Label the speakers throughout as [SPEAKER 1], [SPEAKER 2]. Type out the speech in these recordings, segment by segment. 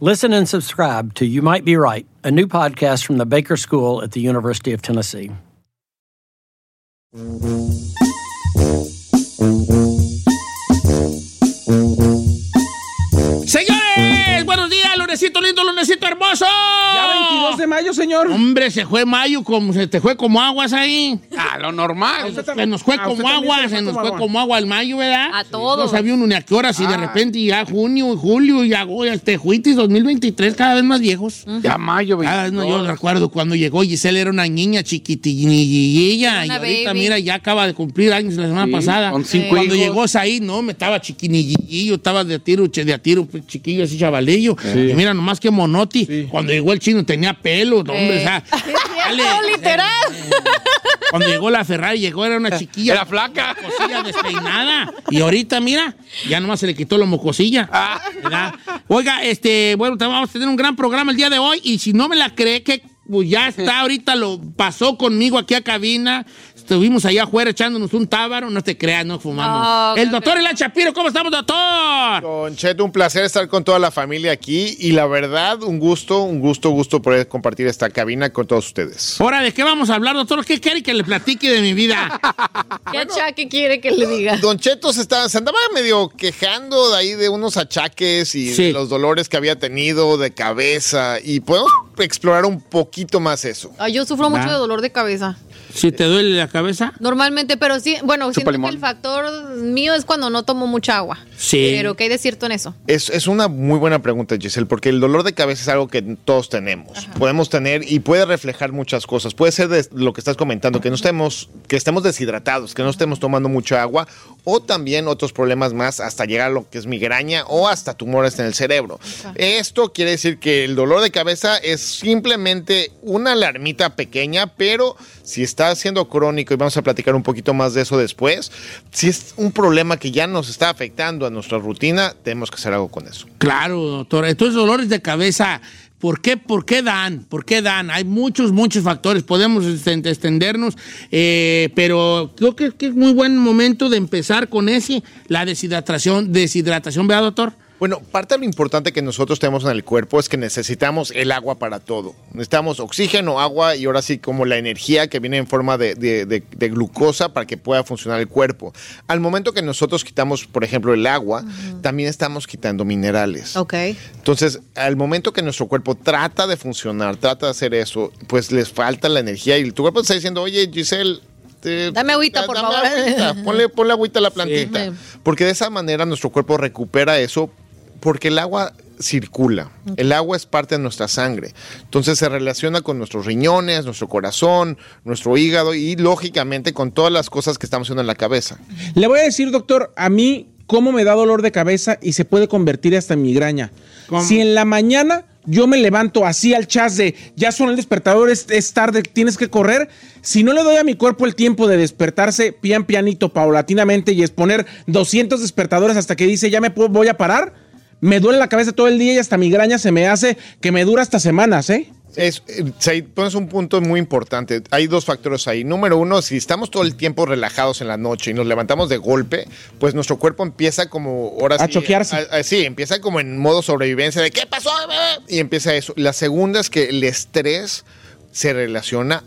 [SPEAKER 1] Listen and subscribe to You Might Be Right, a new podcast from the Baker School at the University of Tennessee.
[SPEAKER 2] Señores, buenos días, lunesito lindo, lunesito hermoso.
[SPEAKER 3] Ya 22 de mayo, señor.
[SPEAKER 2] Hombre, se fue mayo, como, se te fue como aguas ahí. A lo normal.
[SPEAKER 3] usted
[SPEAKER 2] Se
[SPEAKER 3] también-
[SPEAKER 2] nos fue
[SPEAKER 3] a usted
[SPEAKER 2] como
[SPEAKER 3] también se
[SPEAKER 2] aguas,
[SPEAKER 3] le fue
[SPEAKER 2] se nos
[SPEAKER 3] como
[SPEAKER 2] fue
[SPEAKER 3] agua. Ah.
[SPEAKER 2] como agua el mayo, ¿verdad?
[SPEAKER 4] A todos.
[SPEAKER 2] No sabía uno ni a qué horas y de repente ya junio, y julio, y agosto, este juitis 2023, cada vez más viejos.
[SPEAKER 5] Ya mayo,
[SPEAKER 2] Ah, no, yo
[SPEAKER 5] 22.
[SPEAKER 2] recuerdo cuando llegó Giselle era una niña chiquitinillilla y
[SPEAKER 4] Una
[SPEAKER 2] ahorita
[SPEAKER 4] baby.
[SPEAKER 2] mira ya acaba de cumplir años la semana
[SPEAKER 5] Sí,
[SPEAKER 2] pasada.
[SPEAKER 5] con cinco
[SPEAKER 2] cuando
[SPEAKER 5] hijos.
[SPEAKER 2] llegó ahí no, me estaba chiquinillillo, estaba de a tiro, che, de a tiro, pues, chiquillo así chavalillo. Y mira nomás que monoti. Cuando llegó el chino tenía pelo, no,
[SPEAKER 4] Eh.
[SPEAKER 2] hombre, o sea, dale.
[SPEAKER 4] literal.
[SPEAKER 2] cuando llegó la Ferrari llegó era una chiquilla.
[SPEAKER 5] Era flaca.
[SPEAKER 2] Mocosilla despeinada. Y ahorita, mira, ya nomás se le quitó la mocosilla. ¿Verdad? Oiga, este, bueno, te- vamos a tener un gran programa el día de hoy. Y si no me la cree, que pues, ya está, ahorita lo pasó conmigo aquí a cabina. Estuvimos allá afuera echándonos un tábaro. No te creas, no fumamos.
[SPEAKER 4] No,
[SPEAKER 2] el doctor Elan Chapiro, ¿cómo estamos, doctor?
[SPEAKER 6] Don Cheto, un placer estar con toda la familia aquí y la verdad, un gusto, un gusto, gusto poder compartir esta cabina con todos ustedes.
[SPEAKER 2] Ahora, ¿de qué vamos a hablar, doctor? ¿Qué quiere que le platique de mi vida?
[SPEAKER 4] ¿Qué achaque quiere que le diga?
[SPEAKER 6] Don Cheto se, está, se andaba medio quejando de ahí de unos achaques y
[SPEAKER 2] Sí.
[SPEAKER 6] de los dolores que había tenido de cabeza y podemos explorar un poquito más eso.
[SPEAKER 4] Ay, Ah, yo sufro mucho
[SPEAKER 2] Va.
[SPEAKER 4] de dolor de cabeza.
[SPEAKER 2] Si te duele la cabeza.
[SPEAKER 4] Normalmente, pero sí, bueno, siento que
[SPEAKER 5] limón.
[SPEAKER 4] el factor mío es cuando no tomo mucha agua.
[SPEAKER 2] Sí.
[SPEAKER 4] Pero que hay de cierto en eso.
[SPEAKER 6] Es, es una muy buena pregunta, Giselle, porque el dolor de cabeza es algo que todos tenemos. Podemos tener y puede reflejar muchas cosas. Puede ser de lo que estás comentando, que no estemos, que estemos deshidratados, que no estemos tomando mucha agua, o también otros problemas más hasta llegar a lo que es migraña o hasta tumores en el cerebro. Esto quiere decir que el dolor de cabeza es simplemente una alarmita pequeña, pero si está siendo crónico, y vamos a platicar un poquito más de eso después, si es un problema que ya nos está afectando a nuestra rutina, tenemos que hacer algo con eso.
[SPEAKER 2] Claro, doctor. Estos dolores de cabeza, ¿por qué, por qué dan? ¿Por qué dan? Hay muchos, muchos factores. Podemos este- extendernos, eh, pero creo que, que es muy buen momento de empezar con ese, la deshidratación, deshidratación, ¿verdad, doctor?
[SPEAKER 6] Bueno, parte de lo importante que nosotros tenemos en el cuerpo es que necesitamos el agua para todo. Necesitamos oxígeno, agua y ahora sí como la energía que viene en forma de, de- de- de glucosa para que pueda funcionar el cuerpo. Al momento que nosotros quitamos, por ejemplo, el agua, también estamos quitando minerales.
[SPEAKER 4] Ok.
[SPEAKER 6] Entonces, al momento que nuestro cuerpo trata de funcionar, trata de hacer eso, pues les falta la energía y tu cuerpo está diciendo, oye, Giselle. te-
[SPEAKER 4] Dame agüita, por favor."
[SPEAKER 6] agüita, ponle, ponle agüita a la plantita.
[SPEAKER 4] Sí.
[SPEAKER 6] Porque de esa manera nuestro cuerpo recupera eso, porque el agua circula. El agua es parte de nuestra sangre. Entonces se relaciona con nuestros riñones, nuestro corazón, nuestro hígado y lógicamente con todas las cosas que estamos haciendo en la cabeza.
[SPEAKER 3] Le voy a decir, doctor, a mí cómo me da dolor de cabeza y se puede convertir hasta en migraña.
[SPEAKER 2] ¿Cómo?
[SPEAKER 3] Si en la mañana yo me levanto así al chas de ya son el despertador, es, es tarde, tienes que correr. Si no le doy a mi cuerpo el tiempo de despertarse pian pianito, paulatinamente y exponer 200 despertadores hasta que dice ya me puedo- voy a parar, me duele la cabeza todo el día y hasta migraña se me hace que me dura hasta semanas, ¿eh?
[SPEAKER 6] Es, eh, se- pones un punto muy importante. Hay dos factores ahí. Número uno, si estamos todo el tiempo relajados en la noche y nos levantamos de golpe, pues nuestro cuerpo empieza como horas.
[SPEAKER 3] A choquearse.
[SPEAKER 6] sí, empieza como en modo sobrevivencia de ¿qué pasó? bebé?" Y empieza eso. La segunda es que el estrés se relaciona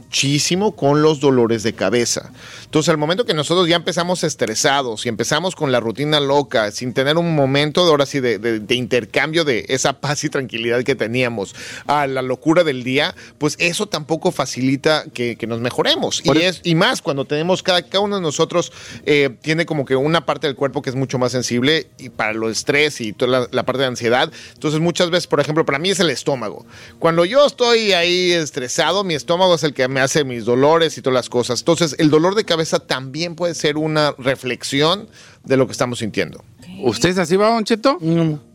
[SPEAKER 6] muchísimo con los dolores de cabeza. Entonces, al momento que nosotros ya empezamos estresados y empezamos con la rutina loca, sin tener un momento de ahora sí de, de- de intercambio de esa paz y tranquilidad que teníamos a la locura del día, pues eso tampoco facilita que, que nos mejoremos. Y, es, y más cuando tenemos cada, cada uno de nosotros eh, tiene como que una parte del cuerpo que es mucho más sensible y para lo estrés y toda la, la parte de ansiedad. Entonces, muchas veces, por ejemplo, para mí es el estómago. Cuando yo estoy ahí estresado, mi estómago es el que me hace mis dolores y todas las cosas. Entonces, el dolor de cabeza también puede ser una reflexión de lo que estamos sintiendo.
[SPEAKER 5] ¿Usted es así, va, Don Cheto?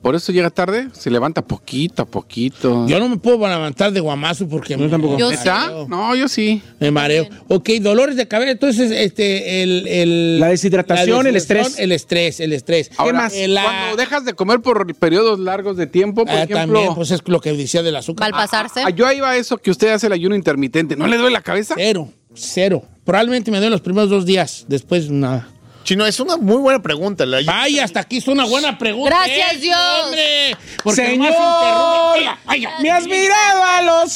[SPEAKER 5] ¿Por eso llega tarde? Se levanta poquito a poquito.
[SPEAKER 2] Mm. Yo no me puedo levantar de guamazo porque me,
[SPEAKER 3] tampoco.
[SPEAKER 7] Yo
[SPEAKER 5] ¿Está?
[SPEAKER 7] sí.
[SPEAKER 5] No, yo sí.
[SPEAKER 2] me mareo. Ok, dolores de cabeza. Entonces, este, el, el-
[SPEAKER 3] La deshidratación, el estrés.
[SPEAKER 2] El estrés, el estrés.
[SPEAKER 5] Ahora,
[SPEAKER 3] más?
[SPEAKER 2] Eh, la-
[SPEAKER 5] Cuando dejas de comer por periodos largos de tiempo, por
[SPEAKER 2] Ah,
[SPEAKER 5] ejemplo...
[SPEAKER 2] también, pues es lo que decía del azúcar.
[SPEAKER 7] Malpasarse.
[SPEAKER 5] Ah, yo iba a eso que usted hace el ayuno intermitente. ¿No le duele la cabeza?
[SPEAKER 2] Cero, cero. Probablemente me duele los primeros dos días. Después, nada.
[SPEAKER 6] Chino, es una muy buena pregunta. La-
[SPEAKER 2] Ay, hasta aquí hizo una buena pregunta.
[SPEAKER 7] Gracias,
[SPEAKER 2] ¡Eh,
[SPEAKER 7] Dios!
[SPEAKER 2] ¡Hombre! Porque
[SPEAKER 3] Señor,
[SPEAKER 2] nomás interrumpe. Oiga, oiga.
[SPEAKER 3] Me has mirado a los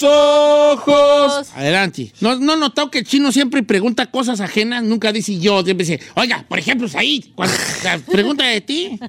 [SPEAKER 3] ojos.
[SPEAKER 2] Adelante. No, no he notado que el chino siempre pregunta cosas ajenas, nunca dice yo. Siempre dice, oiga, por ejemplo, ahí, cuando la pregunta de ti.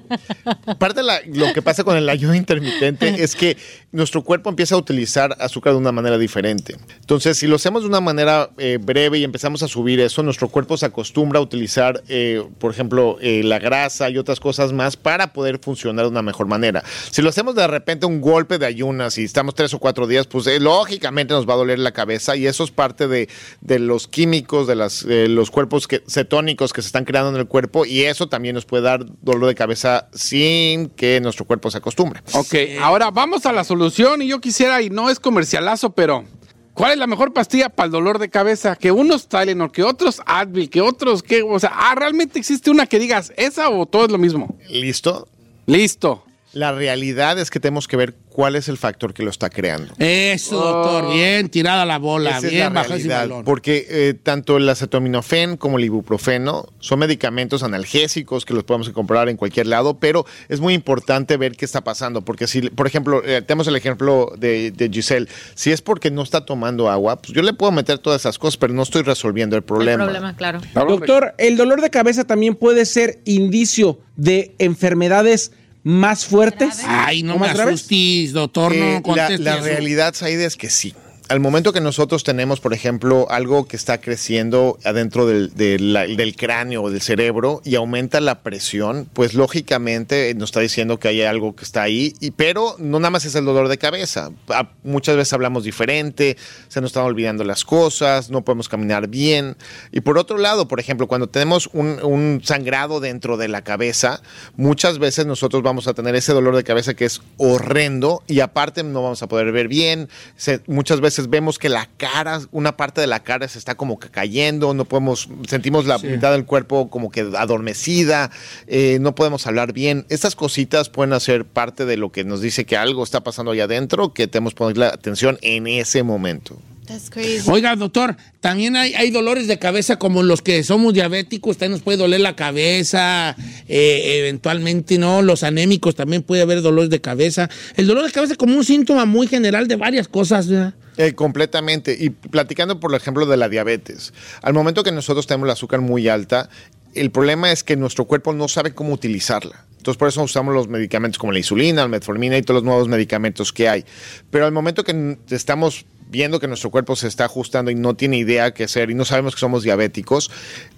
[SPEAKER 6] Parte de la- lo que pasa con el ayuno intermitente es que nuestro cuerpo empieza a utilizar azúcar de una manera diferente. Entonces, si lo hacemos de una manera eh, breve y empezamos a subir eso, nuestro cuerpo se acostumbra a utilizar, eh, por ejemplo, eh, la grasa y otras cosas más para poder funcionar de una mejor manera. Si lo hacemos de repente un golpe de ayunas y estamos tres o cuatro días, pues eh, lógicamente nos va a doler la cabeza y eso es parte de, de los químicos, de las, eh, los cuerpos que- cetónicos que se están creando en el cuerpo y eso también nos puede dar dolor de cabeza sin que nuestro cuerpo se acostumbre.
[SPEAKER 5] Ok, ahora vamos a la solución y yo quisiera, y no es comercialazo, pero ¿cuál es la mejor pastilla para el dolor de cabeza? Que unos Tylenol, que otros Advil, que otros, que, o sea, ah, ¿realmente existe una que digas esa o todo es lo mismo?
[SPEAKER 6] ¿Listo?
[SPEAKER 5] Listo.
[SPEAKER 6] La realidad es que tenemos que ver cuál es el factor que lo está creando.
[SPEAKER 2] Eso, doctor. Bien, tirada la bola.
[SPEAKER 6] Oh. Esa es la
[SPEAKER 2] bien, bajó ese
[SPEAKER 6] realidad,
[SPEAKER 2] balón.
[SPEAKER 6] porque eh, tanto el acetaminofén como el ibuprofeno son medicamentos analgésicos que los podemos comprar en cualquier lado, pero es muy importante ver qué está pasando, porque si, por ejemplo, eh, tenemos el ejemplo de, de Giselle, si es porque no está tomando agua, pues yo le puedo meter todas esas cosas, pero no estoy resolviendo el
[SPEAKER 7] El
[SPEAKER 6] problema.
[SPEAKER 7] problema, claro.
[SPEAKER 3] Doctor, el dolor de cabeza también puede ser indicio de enfermedades más fuertes.
[SPEAKER 2] Ay, no
[SPEAKER 3] ¿O
[SPEAKER 2] me
[SPEAKER 3] más graves?
[SPEAKER 2] asustes, doctor.
[SPEAKER 6] Eh,
[SPEAKER 2] No
[SPEAKER 6] la,
[SPEAKER 2] contestes.
[SPEAKER 6] la realidad, Saida, es que sí. Al momento que nosotros tenemos, por ejemplo, algo que está creciendo adentro del, de la- del cráneo o del cerebro y aumenta la presión, pues lógicamente eh, nos está diciendo que hay algo que está ahí, y, pero no nada más es el dolor de cabeza. Ah, Muchas veces hablamos diferente, se nos están olvidando las cosas, no podemos caminar bien. Y por otro lado, por ejemplo, cuando tenemos un, un sangrado dentro de la cabeza, muchas veces nosotros vamos a tener ese dolor de cabeza que es horrendo y aparte no vamos a poder ver bien. Se- muchas veces vemos que la cara, una parte de la cara se está como que cayendo, no podemos, sentimos la mitad del cuerpo como que adormecida, eh, no podemos hablar bien. Estas cositas pueden hacer parte de lo que nos dice que algo está pasando allá adentro, que tenemos que poner la atención en ese momento.
[SPEAKER 7] That's crazy.
[SPEAKER 2] Oiga, doctor, también hay, hay dolores de cabeza como los que somos diabéticos, también nos puede doler la cabeza, eh, eventualmente, ¿no? Los anémicos también puede haber dolores de cabeza. El dolor de cabeza es como un síntoma muy general de varias cosas, ¿verdad?
[SPEAKER 6] Eh, completamente. Y platicando, por ejemplo, de la diabetes. Al momento que nosotros tenemos el azúcar muy alta, el problema es que nuestro cuerpo no sabe cómo utilizarla. Entonces, por eso usamos los medicamentos como la insulina, la metformina y todos los nuevos medicamentos que hay. Pero al momento que n- estamos viendo que nuestro cuerpo se está ajustando y no tiene idea qué hacer y no sabemos que somos diabéticos,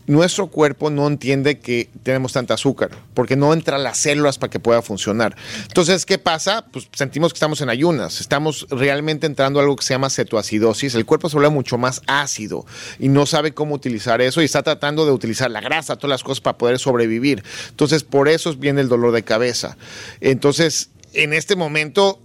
[SPEAKER 6] nuestro cuerpo no entiende que tenemos tanta azúcar porque no entra a las células para que pueda funcionar. Entonces, ¿qué pasa? Pues sentimos que estamos en ayunas, estamos realmente entrando a algo que se llama cetoacidosis. El cuerpo se vuelve mucho más ácido y no sabe cómo utilizar eso y está tratando de utilizar la grasa, todas las cosas para poder sobrevivir. Entonces, por eso viene el dolor de cabeza. Entonces, en este momento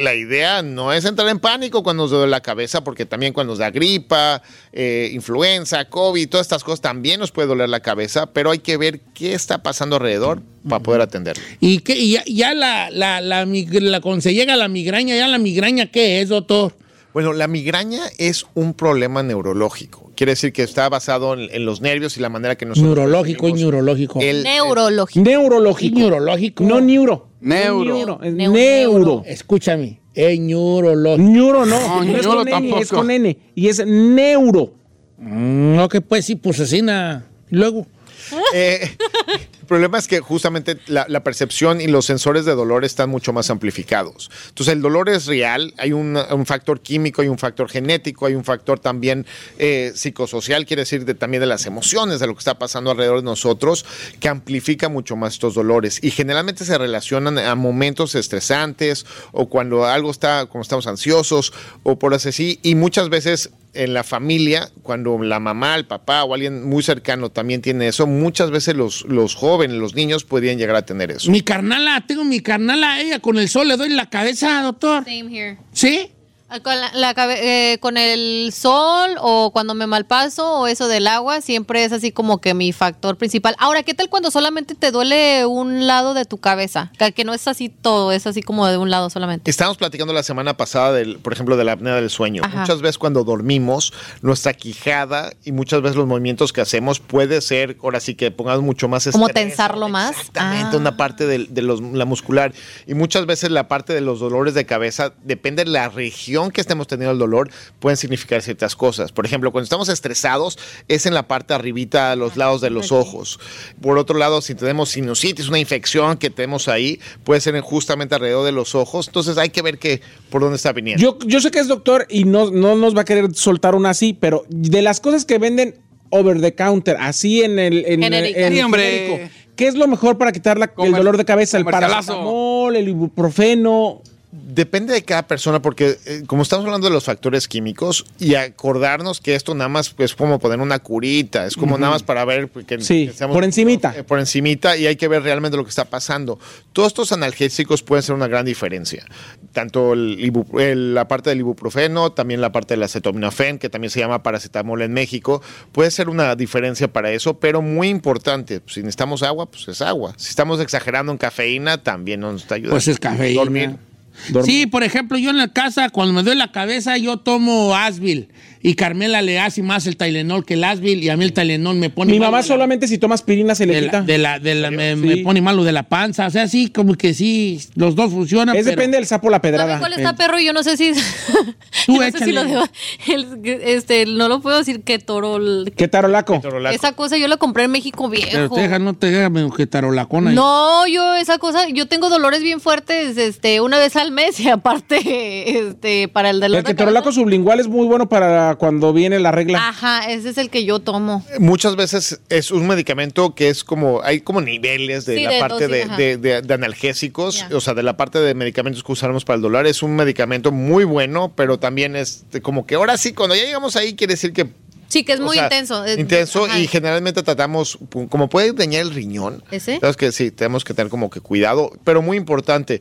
[SPEAKER 6] la idea no es entrar en pánico cuando nos duele la cabeza, porque también cuando nos da gripa, eh, influenza, COVID, todas estas cosas también nos puede doler la cabeza, pero hay que ver qué está pasando alrededor para poder atenderlo.
[SPEAKER 2] Y que y ya, ya la, la, la, mig- la- cuando se llega a la migraña, ya la migraña, ¿qué es, doctor?
[SPEAKER 6] Bueno, la migraña es un problema neurológico. Quiere decir que está basado en, en los nervios y la manera que nosotros.
[SPEAKER 2] Neurológico y
[SPEAKER 6] percibimos
[SPEAKER 2] neurológico.
[SPEAKER 6] el-
[SPEAKER 7] Neurológico.
[SPEAKER 2] Y
[SPEAKER 3] Neurológico.
[SPEAKER 2] neurológico.
[SPEAKER 3] No neuro.
[SPEAKER 5] Neuro.
[SPEAKER 3] Neuro. es
[SPEAKER 7] Neu-
[SPEAKER 3] neuro.
[SPEAKER 7] neuro.
[SPEAKER 2] Escúchame,
[SPEAKER 8] Es neurológico.
[SPEAKER 3] Neuro no, no
[SPEAKER 7] No,
[SPEAKER 3] es
[SPEAKER 7] neuro
[SPEAKER 3] con N, es
[SPEAKER 7] tampoco.
[SPEAKER 3] con N. Y es neuro.
[SPEAKER 2] Mm,
[SPEAKER 8] No, que pues sí, pues asesina. Luego,
[SPEAKER 6] Eh, el problema es que justamente la, la percepción y los sensores de dolor están mucho más amplificados. Entonces el dolor es real, hay un, un factor químico, hay un factor genético, hay un factor también eh, psicosocial, quiere decir de- también de las emociones, de lo que está pasando alrededor de nosotros, que amplifica mucho más estos dolores. Y generalmente se relacionan a momentos estresantes o cuando algo está, como estamos ansiosos o por así, y muchas veces en la familia, cuando la mamá, el papá o alguien muy cercano también tiene eso, muchas veces los, los jóvenes, los niños podrían llegar a tener eso.
[SPEAKER 2] Mi carnala, tengo mi carnala, ella con el sol le doy en la cabeza, doctor.
[SPEAKER 4] Same here.
[SPEAKER 2] ¿Sí?
[SPEAKER 4] Ah, Con, la- la cabe- eh, con el sol o cuando me malpaso o eso del agua, siempre es así como que mi factor principal. Ahora, ¿qué tal cuando solamente te duele un lado de tu cabeza? Que- Que no es así todo, es así como de un lado solamente.
[SPEAKER 6] Estábamos platicando la semana pasada, del, por ejemplo, de la apnea del sueño.
[SPEAKER 4] Ajá.
[SPEAKER 6] Muchas veces cuando dormimos, nuestra quijada y muchas veces los movimientos que hacemos puede ser, ahora sí que pongamos mucho más
[SPEAKER 4] ¿Como
[SPEAKER 6] estrés,
[SPEAKER 4] tensarlo más?
[SPEAKER 6] Exactamente,
[SPEAKER 4] Ah.
[SPEAKER 6] una parte del- de, los- la muscular. Y muchas veces la parte de los dolores de cabeza, depende de la región que estemos teniendo el dolor, pueden significar ciertas cosas. Por ejemplo, cuando estamos estresados, es en la parte arribita, a los lados de los ojos. Por otro lado, si tenemos sinusitis, una infección que tenemos ahí, puede ser en- justamente alrededor de los ojos. Entonces hay que ver que, por dónde está viniendo.
[SPEAKER 3] Yo, yo sé que es doctor y no, no nos va a querer soltar una así, pero de las cosas que venden over the counter, así en el en,
[SPEAKER 4] Genérica.
[SPEAKER 3] en
[SPEAKER 7] Sí, hombre.
[SPEAKER 3] genérico, ¿qué es lo mejor para quitar la- el
[SPEAKER 7] Comer-
[SPEAKER 3] dolor de cabeza? El
[SPEAKER 7] comercialazo.
[SPEAKER 3] paracetamol, el ibuprofeno.
[SPEAKER 6] Depende de cada persona, porque eh, como estamos hablando de los factores químicos y acordarnos que esto nada más pues, es como poner una curita, es como nada más para ver pues, que,
[SPEAKER 3] Sí,
[SPEAKER 6] que
[SPEAKER 3] por encimita.
[SPEAKER 6] eh, por encimita y hay que ver realmente lo que está pasando. Todos estos analgésicos pueden ser una gran diferencia, tanto el ibu- el- la parte del ibuprofeno, también la parte del acetaminofén, que también se llama paracetamol en México, puede ser una diferencia para eso, pero muy importante. Si necesitamos agua, pues es agua. Si estamos exagerando en cafeína, también no nos está ayudando.
[SPEAKER 2] Pues es cafeína.
[SPEAKER 6] Dormir.
[SPEAKER 2] Sí, por ejemplo, yo en la casa, cuando me duele la cabeza, yo tomo Asvil. Y Carmela le hace más el Tylenol que el Asvil. Y a mí el Tylenol me pone.
[SPEAKER 3] Mi
[SPEAKER 2] mal
[SPEAKER 3] mamá
[SPEAKER 2] de la-
[SPEAKER 3] solamente si toma aspirina se le
[SPEAKER 2] de la,
[SPEAKER 3] quita.
[SPEAKER 2] de la, de la- me, me
[SPEAKER 3] Sí.
[SPEAKER 2] pone malo de la panza. O sea, sí, como que sí, los dos funcionan.
[SPEAKER 3] es
[SPEAKER 2] pero-
[SPEAKER 3] depende del sapo la
[SPEAKER 4] ¿Saben
[SPEAKER 3] pedrada.
[SPEAKER 4] cuál está perro? Yo no sé si.
[SPEAKER 2] Tú
[SPEAKER 4] yo no sé si
[SPEAKER 2] échale.
[SPEAKER 4] lo debo- el- Este, no lo puedo decir que toro.
[SPEAKER 3] ¿Qué tarolaco?
[SPEAKER 6] Torolaco.
[SPEAKER 4] Esa cosa yo la compré en México viejo.
[SPEAKER 2] Pero te deja, no te deja medio que tarolacona.
[SPEAKER 4] No, yo esa cosa, yo tengo dolores bien fuertes, este, una vez al mes y aparte, este, para el dolor.
[SPEAKER 3] El que
[SPEAKER 4] de cabeza-
[SPEAKER 3] tarolaco sublingual es muy bueno para cuando viene la regla.
[SPEAKER 2] Ah,
[SPEAKER 4] Ajá, ese es el que yo tomo.
[SPEAKER 6] muchas veces es un medicamento que es como, hay como niveles de
[SPEAKER 4] Sí,
[SPEAKER 6] la
[SPEAKER 4] de
[SPEAKER 6] parte
[SPEAKER 4] dosis,
[SPEAKER 6] de,
[SPEAKER 4] ajá.
[SPEAKER 6] de- de- de analgésicos,
[SPEAKER 4] Ya.
[SPEAKER 6] o sea, de la parte de medicamentos que usamos para el dolor. Es un medicamento muy bueno, pero también es de- como que ahora sí, cuando ya llegamos ahí, quiere decir que...
[SPEAKER 4] Sí, que es
[SPEAKER 6] o
[SPEAKER 4] muy
[SPEAKER 6] sea,
[SPEAKER 4] intenso. eh,
[SPEAKER 6] Intenso
[SPEAKER 4] ajá.
[SPEAKER 6] y generalmente tratamos, pu- como puede dañar el riñón.
[SPEAKER 4] ¿Ese?
[SPEAKER 6] Sabes que sí, tenemos que tener como que cuidado, pero muy importante.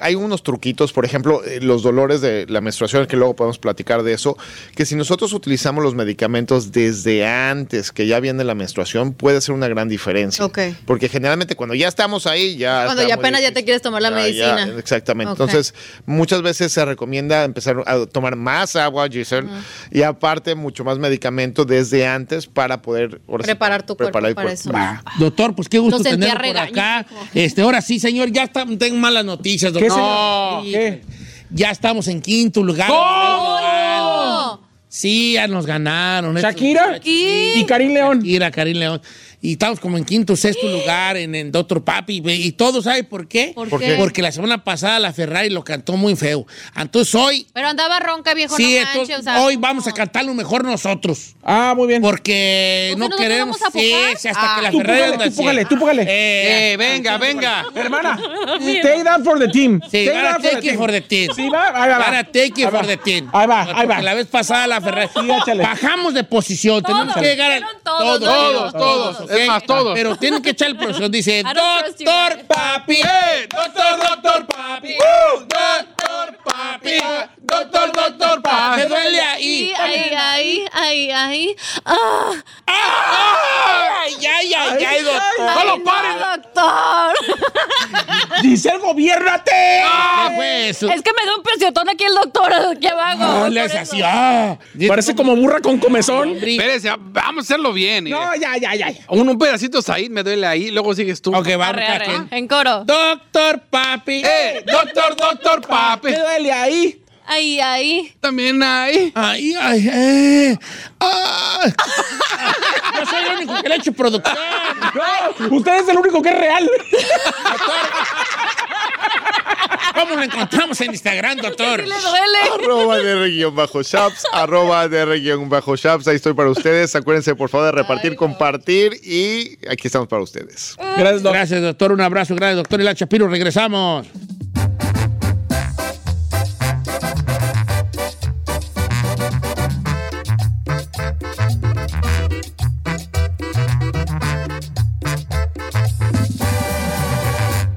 [SPEAKER 6] Hay unos truquitos, por ejemplo, eh, los dolores de la menstruación, que luego podemos platicar de eso, que si nosotros utilizamos los medicamentos desde antes que ya viene la menstruación, puede ser una gran diferencia.
[SPEAKER 4] Ok.
[SPEAKER 6] Porque generalmente cuando ya estamos ahí, ya...
[SPEAKER 4] Cuando
[SPEAKER 6] está
[SPEAKER 4] ya
[SPEAKER 6] muy
[SPEAKER 4] apenas ya te quieres tomar la medicina.
[SPEAKER 6] exactamente.
[SPEAKER 4] Ok.
[SPEAKER 6] Entonces, muchas veces se recomienda empezar a tomar más agua, Giselle, y aparte mucho más medicamento desde antes para poder... ahora sí,
[SPEAKER 4] Preparar tu cuerpo
[SPEAKER 6] preparar el
[SPEAKER 4] para eso.
[SPEAKER 2] Va. Doctor, pues qué gusto
[SPEAKER 4] Lo sentía
[SPEAKER 2] tenerlo por
[SPEAKER 4] regañado,
[SPEAKER 2] acá.
[SPEAKER 4] hijo.
[SPEAKER 2] Este, ahora sí, señor, ya está- tengo malas noticias, doctor.
[SPEAKER 3] ¿Qué, señor?
[SPEAKER 2] No.
[SPEAKER 3] ¿Qué?
[SPEAKER 2] Ya estamos en quinto lugar.
[SPEAKER 4] ¡Oh!
[SPEAKER 2] Sí, ya nos ganaron. Estos
[SPEAKER 3] Shakira
[SPEAKER 2] muchachos.
[SPEAKER 3] y Karim León.
[SPEAKER 2] pues Shakira, Karim León. Y estamos como en quinto, sexto lugar en, en Doctor Papi. ve, Y todo, ¿sabe por qué?
[SPEAKER 4] ¿Por
[SPEAKER 6] ¿Por
[SPEAKER 4] qué?
[SPEAKER 6] qué?
[SPEAKER 2] Porque la semana pasada la Ferrari lo cantó muy feo. Entonces hoy,
[SPEAKER 4] Pero andaba ronca, viejo,
[SPEAKER 2] sí,
[SPEAKER 4] no manches,
[SPEAKER 2] entonces,
[SPEAKER 4] o sea,
[SPEAKER 2] hoy
[SPEAKER 4] no.
[SPEAKER 2] vamos a cantarlo mejor nosotros.
[SPEAKER 3] Ah, muy bien.
[SPEAKER 2] Porque
[SPEAKER 4] ¿Entonces
[SPEAKER 2] no
[SPEAKER 4] nosotros
[SPEAKER 2] queremos.
[SPEAKER 4] vamos a
[SPEAKER 2] sí,
[SPEAKER 4] pujar?
[SPEAKER 2] sí, hasta
[SPEAKER 4] Ah.
[SPEAKER 2] que la
[SPEAKER 3] Tú
[SPEAKER 2] Ferrari
[SPEAKER 3] púgale,
[SPEAKER 2] anda
[SPEAKER 3] tú
[SPEAKER 2] así.
[SPEAKER 3] púgale, tú púgale.
[SPEAKER 2] Eh,
[SPEAKER 7] Eh, venga, venga.
[SPEAKER 3] Hermana, take that for the team.
[SPEAKER 2] Sí, gotta take it for the team.
[SPEAKER 3] Sí, va, ahí va.
[SPEAKER 2] Para take it
[SPEAKER 3] Ahí va.
[SPEAKER 2] for the team.
[SPEAKER 3] Ahí va, ahí
[SPEAKER 2] Porque
[SPEAKER 3] va.
[SPEAKER 2] La vez pasada la Ferrari.
[SPEAKER 3] Sí, échale.
[SPEAKER 2] Bajamos de posición. tenemos que llegar a
[SPEAKER 4] fueron todos,
[SPEAKER 7] Todos, todos,
[SPEAKER 2] ¿ok?
[SPEAKER 7] es más, todos.
[SPEAKER 2] Pero tienen que echar el profesor. Dice,
[SPEAKER 4] don't trust you,
[SPEAKER 2] doctor
[SPEAKER 4] man."
[SPEAKER 2] papi.
[SPEAKER 7] ¡Eh! ¡Doctor, doctor, papi!
[SPEAKER 2] Doctor papi.
[SPEAKER 5] Doctor, doctor, pa.
[SPEAKER 2] Me duele ahí.
[SPEAKER 4] Ahí, ahí, ahí, ahí. ¡Ah!
[SPEAKER 2] ¡Ay, ay, ay, ay, doctor!
[SPEAKER 4] ¡No lo doctor!
[SPEAKER 7] Giselle, gobiérnate.
[SPEAKER 2] Ah, pues!
[SPEAKER 4] Es que me dio un presiotón aquí el doctor aquí abajo.
[SPEAKER 2] No le
[SPEAKER 4] Por
[SPEAKER 2] haces
[SPEAKER 4] eso.
[SPEAKER 2] así. ¡Ah!
[SPEAKER 7] Parece como burra con comezón.
[SPEAKER 2] Hombre.
[SPEAKER 5] Espérese, vamos a hacerlo bien. eh.
[SPEAKER 7] No, ya, ya, ya. ya.
[SPEAKER 5] Un, un pedacito ahí, me duele ahí, luego sigues tú.
[SPEAKER 2] Ok, va,
[SPEAKER 4] Arre,
[SPEAKER 2] Ruca,
[SPEAKER 4] arre,
[SPEAKER 2] que-
[SPEAKER 4] En coro.
[SPEAKER 2] Doctor Papi.
[SPEAKER 5] ¡Eh! Doctor, doctor, papi.
[SPEAKER 7] Me duele ahí.
[SPEAKER 4] Ahí, ahí.
[SPEAKER 5] También ahí.
[SPEAKER 2] Ay, ay, eh. Ah. Yo soy el único que le he hecho productor.
[SPEAKER 7] No, usted es el único que es real.
[SPEAKER 2] ¿Cómo lo encontramos en Instagram, doctor?
[SPEAKER 4] Sí le duele.
[SPEAKER 6] Arroba DR-Shaps, arroba DR-Shaps. Ahí estoy para ustedes. Acuérdense, por favor, de repartir, compartir. Y aquí estamos para ustedes.
[SPEAKER 7] Gracias, doctor.
[SPEAKER 2] Gracias, doctor. Un abrazo. Gracias, doctor Ila Chapiro. Regresamos.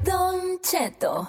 [SPEAKER 9] Don Cheto.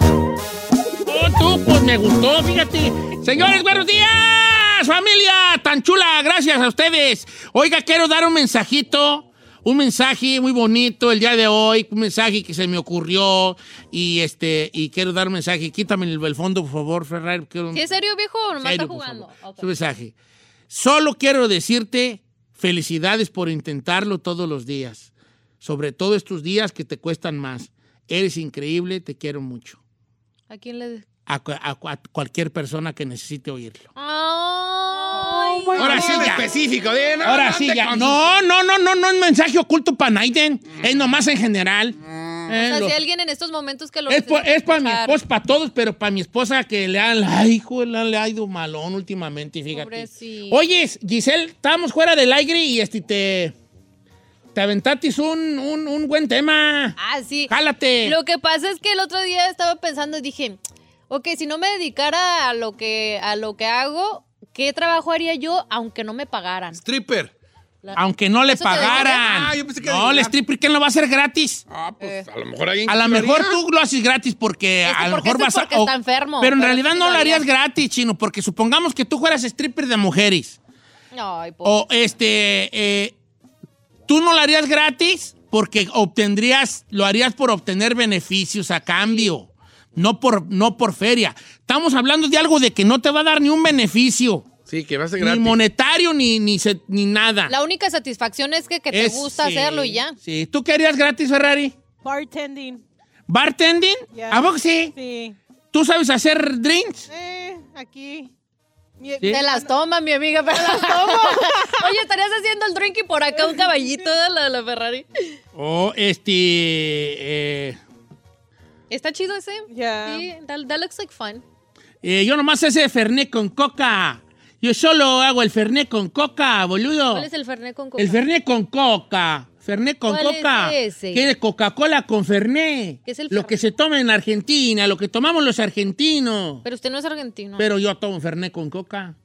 [SPEAKER 2] Oh, tú, pues me gustó, fíjate. Señores, buenos días, familia tan chula, gracias a ustedes. Oiga, quiero dar un mensajito, un mensaje muy bonito el día de hoy, un mensaje que se me ocurrió y este y quiero dar un mensaje. Quítame el, el fondo, por favor, Ferrari. Quiero un-
[SPEAKER 4] ¿Sí, ¿En serio, viejo? Nomás
[SPEAKER 2] serio,
[SPEAKER 4] está
[SPEAKER 2] por
[SPEAKER 4] jugando.
[SPEAKER 2] favor.
[SPEAKER 4] Ok.
[SPEAKER 2] Su mensaje. Solo quiero decirte felicidades por intentarlo todos los días. Sobre todo estos días que te cuestan más. Eres increíble, te quiero mucho
[SPEAKER 4] ¿A quién le.?
[SPEAKER 2] a, cu- a cu- a cualquier persona que necesite oírlo.
[SPEAKER 4] ¡Ay!
[SPEAKER 2] Ahora sí, ya.
[SPEAKER 5] específico, de no,
[SPEAKER 2] Ahora
[SPEAKER 5] no
[SPEAKER 2] sí,
[SPEAKER 5] te
[SPEAKER 2] ya.
[SPEAKER 5] con- Mm.
[SPEAKER 2] No, no, no, no, no es mensaje oculto para Naiden. Es nomás en general.
[SPEAKER 4] O
[SPEAKER 2] Eh,
[SPEAKER 4] sea,
[SPEAKER 2] lo-
[SPEAKER 4] si alguien en estos momentos que lo
[SPEAKER 2] es, pa-
[SPEAKER 4] necesita
[SPEAKER 2] es para mi
[SPEAKER 4] escuchar.
[SPEAKER 2] esposa, para todos, pero para mi esposa que le han, ay, hijo, le han le ha ido malón últimamente, fíjate.
[SPEAKER 4] Pobrecito.
[SPEAKER 2] Oye, Giselle, estamos fuera del aire y este te, te aventatis un, un, un buen tema.
[SPEAKER 4] Ah, sí.
[SPEAKER 2] Jálate.
[SPEAKER 4] Lo que pasa es que el otro día estaba pensando y dije, ok, si no me dedicara a lo que, a lo que hago, ¿qué trabajo haría yo aunque no me pagaran?
[SPEAKER 5] Stripper.
[SPEAKER 2] Aunque no le
[SPEAKER 4] ¿Eso te digo,
[SPEAKER 2] pagaran.
[SPEAKER 5] Ah, yo pensé que
[SPEAKER 2] no, el
[SPEAKER 5] adivinar.
[SPEAKER 2] stripper, ¿quién lo va a hacer gratis?
[SPEAKER 5] Ah, pues a lo mejor alguien.
[SPEAKER 2] A lo
[SPEAKER 5] que lo
[SPEAKER 2] mejor
[SPEAKER 5] haría.
[SPEAKER 2] tú lo haces gratis porque
[SPEAKER 4] Es que
[SPEAKER 2] a lo
[SPEAKER 4] porque
[SPEAKER 2] mejor
[SPEAKER 4] eso
[SPEAKER 2] vas a.
[SPEAKER 4] porque está enfermo,
[SPEAKER 2] pero en
[SPEAKER 4] pero
[SPEAKER 2] realidad
[SPEAKER 4] sí
[SPEAKER 2] no
[SPEAKER 4] lo
[SPEAKER 2] lo harías
[SPEAKER 4] haría.
[SPEAKER 2] gratis, chino, porque supongamos que tú fueras stripper de mujeres.
[SPEAKER 4] Ay, po-
[SPEAKER 2] O este. eh, tú no lo harías gratis porque obtendrías. Lo harías por obtener beneficios a cambio. No por, no por feria. Estamos hablando de algo de que no te va a dar ni un beneficio.
[SPEAKER 5] Sí, que va a ser
[SPEAKER 2] Ni
[SPEAKER 5] gratis.
[SPEAKER 2] monetario, ni, ni, se- ni nada.
[SPEAKER 4] La única satisfacción es que, que te
[SPEAKER 2] Es-
[SPEAKER 4] gusta
[SPEAKER 2] sí,
[SPEAKER 4] hacerlo y ya.
[SPEAKER 2] Sí. ¿Tú qué harías gratis, Ferrari?
[SPEAKER 10] Bartending.
[SPEAKER 2] ¿Bartending?
[SPEAKER 10] Ya.
[SPEAKER 2] ¿A poco sí?
[SPEAKER 10] Sí.
[SPEAKER 2] ¿Tú sabes hacer drinks?
[SPEAKER 10] Eh, aquí. Mi-
[SPEAKER 2] Sí.
[SPEAKER 4] Te las toma, mi amiga, pero las tomo. Oye, estarías haciendo el drink y por acá un caballito de la, la Ferrari.
[SPEAKER 2] O este. eh,
[SPEAKER 4] Está chido ese.
[SPEAKER 10] Ya.
[SPEAKER 4] Sí, that, that looks like fun.
[SPEAKER 2] eh, yo nomás ese Fernet con coca. Yo solo hago el Fernet con coca, boludo.
[SPEAKER 4] ¿Cuál es el Fernet con coca?
[SPEAKER 2] El Fernet con coca. Fernet con
[SPEAKER 4] ¿Cuál es
[SPEAKER 2] coca.
[SPEAKER 4] ese?
[SPEAKER 2] ¿Qué es Coca-Cola con Fernet?
[SPEAKER 4] ¿Qué es el
[SPEAKER 2] lo
[SPEAKER 4] Fernet?
[SPEAKER 2] que se toma en Argentina, lo que tomamos los argentinos.
[SPEAKER 4] Pero usted no es argentino.
[SPEAKER 2] Pero yo tomo Fernet con coca.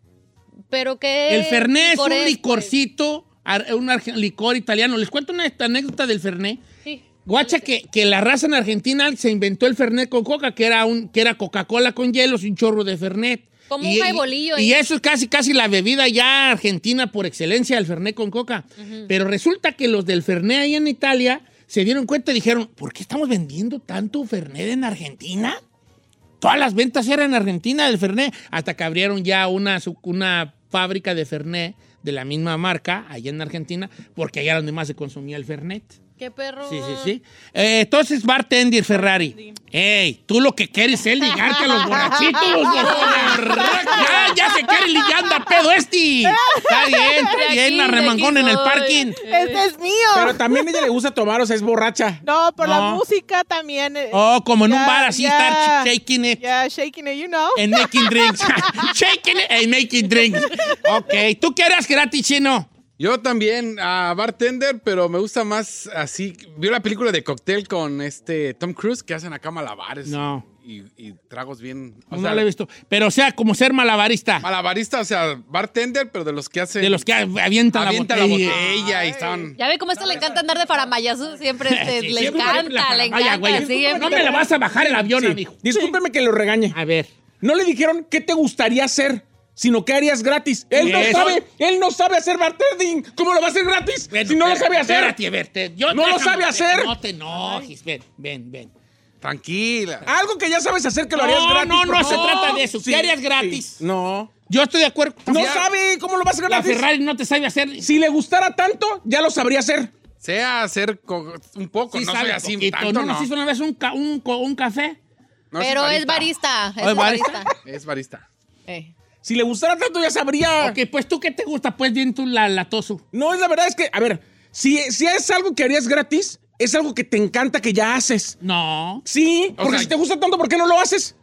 [SPEAKER 4] Pero este. que.
[SPEAKER 2] El Fernet es
[SPEAKER 4] licor
[SPEAKER 2] un
[SPEAKER 4] es,
[SPEAKER 2] licorcito, ar- un arge- licor italiano. Les cuento una esta- anécdota del Fernet.
[SPEAKER 4] Sí.
[SPEAKER 2] Guacha, que, que la raza en Argentina se inventó el Fernet con coca, que era, un, que era Coca-Cola con hielos y un chorro de Fernet.
[SPEAKER 4] Como
[SPEAKER 2] Y-
[SPEAKER 4] un jaibolillo.
[SPEAKER 2] y
[SPEAKER 4] ahí.
[SPEAKER 2] eso es casi, casi la bebida ya argentina por excelencia, el Fernet con coca. Pero resulta que los del Fernet ahí en Italia se dieron cuenta y dijeron, ¿por qué estamos vendiendo tanto Fernet en Argentina? Todas las ventas eran en Argentina del Fernet, hasta que abrieron ya una, su- una fábrica de Fernet de la misma marca allá en Argentina, porque allá era donde más se consumía el Fernet.
[SPEAKER 4] Qué perro.
[SPEAKER 2] Sí, sí, sí. Eh, entonces, bartender Ferrari. Ey, tú lo que quieres es ligarte a los borrachitos. borracha. ya, ya se quiere li- ya anda pedo este. Está bien, está
[SPEAKER 11] De
[SPEAKER 2] bien, la
[SPEAKER 11] aquí, de
[SPEAKER 2] remangón
[SPEAKER 11] aquí
[SPEAKER 2] en el
[SPEAKER 11] soy.
[SPEAKER 2] parking.
[SPEAKER 11] Este es mío.
[SPEAKER 3] Pero también a ella le gusta tomar, o sea, es borracha.
[SPEAKER 11] No, por la
[SPEAKER 2] No.
[SPEAKER 11] música también. eh,
[SPEAKER 2] Oh, como en un
[SPEAKER 11] ya,
[SPEAKER 2] bar así,
[SPEAKER 11] ya.
[SPEAKER 2] estar shaking it.
[SPEAKER 11] Yeah, shaking it, you know.
[SPEAKER 2] And making drinks. shaking it and making drinks. Ok, ¿tú qué eras gratis, chino?
[SPEAKER 5] Yo también a bartender, pero me gusta más así. Vio la película de cóctel con este Tom Cruise que hacen acá malabares.
[SPEAKER 2] No.
[SPEAKER 5] Y, y tragos bien. o
[SPEAKER 2] No
[SPEAKER 5] sea,
[SPEAKER 2] lo he visto. Pero o sea, como ser malabarista.
[SPEAKER 5] Malabarista, o sea, bartender, pero de los que hacen.
[SPEAKER 2] De los que avientan,
[SPEAKER 5] avienta
[SPEAKER 2] la
[SPEAKER 5] la
[SPEAKER 2] botella.
[SPEAKER 5] botella y están.
[SPEAKER 4] Ya ve cómo a este le encanta andar de faramayazo. Siempre este,
[SPEAKER 2] Sí,
[SPEAKER 4] le
[SPEAKER 2] siempre la
[SPEAKER 4] encanta, le
[SPEAKER 2] faramaya, güey.
[SPEAKER 4] encanta. sí,
[SPEAKER 2] No me la vas a bajar el avión, amigo.
[SPEAKER 3] Discúlpeme que lo regañe.
[SPEAKER 2] A ver.
[SPEAKER 3] No le dijeron qué te gustaría hacer, sino qué harías gratis. Él no
[SPEAKER 2] Eso.
[SPEAKER 3] sabe, él no sabe hacer bartending. ¿Cómo lo va a hacer gratis?
[SPEAKER 2] Bueno,
[SPEAKER 3] si no lo
[SPEAKER 2] espérate,
[SPEAKER 3] sabe hacer.
[SPEAKER 2] espérate, a ver, te- yo-
[SPEAKER 3] No lo
[SPEAKER 2] déjame,
[SPEAKER 3] sabe
[SPEAKER 2] te-
[SPEAKER 3] hacer.
[SPEAKER 2] No te enojes, ven, ven, ven.
[SPEAKER 5] Tranquila.
[SPEAKER 2] Ah,
[SPEAKER 3] Algo que ya sabes hacer que lo harías
[SPEAKER 2] No,
[SPEAKER 3] gratis.
[SPEAKER 2] no,
[SPEAKER 3] por
[SPEAKER 2] no
[SPEAKER 3] favor.
[SPEAKER 2] se trata de eso.
[SPEAKER 3] Sí,
[SPEAKER 2] ¿Qué harías gratis?
[SPEAKER 3] sí. No.
[SPEAKER 2] Yo estoy de acuerdo.
[SPEAKER 3] No
[SPEAKER 2] Ya,
[SPEAKER 3] sabe cómo lo vas a hacer
[SPEAKER 2] La
[SPEAKER 3] gratis.
[SPEAKER 2] Ferrari no te sabe hacer.
[SPEAKER 3] Si le gustara tanto, ya lo sabría hacer.
[SPEAKER 5] Sea hacer co- un poco,
[SPEAKER 2] Sí
[SPEAKER 5] no
[SPEAKER 2] sabe
[SPEAKER 5] soy así
[SPEAKER 2] poquito.
[SPEAKER 5] tanto,
[SPEAKER 2] ¿No
[SPEAKER 5] no.
[SPEAKER 2] nos hizo una vez un, ca- un co- un café?
[SPEAKER 5] No, soy
[SPEAKER 4] Pero es barista.
[SPEAKER 2] ¿Oh,
[SPEAKER 4] Es
[SPEAKER 2] es barista?
[SPEAKER 4] barista.
[SPEAKER 5] Es barista.
[SPEAKER 4] Eh.
[SPEAKER 3] Si le gustara tanto, ya sabría.
[SPEAKER 2] Ok, pues tú qué te gusta, pues bien tú la, la tosu.
[SPEAKER 3] No, es la verdad es que, a ver, si, si es algo que harías gratis, es algo que te encanta que ya haces.
[SPEAKER 2] No.
[SPEAKER 3] Sí,
[SPEAKER 5] O
[SPEAKER 3] porque
[SPEAKER 5] sea,
[SPEAKER 3] si te gusta tanto, ¿por qué no lo haces?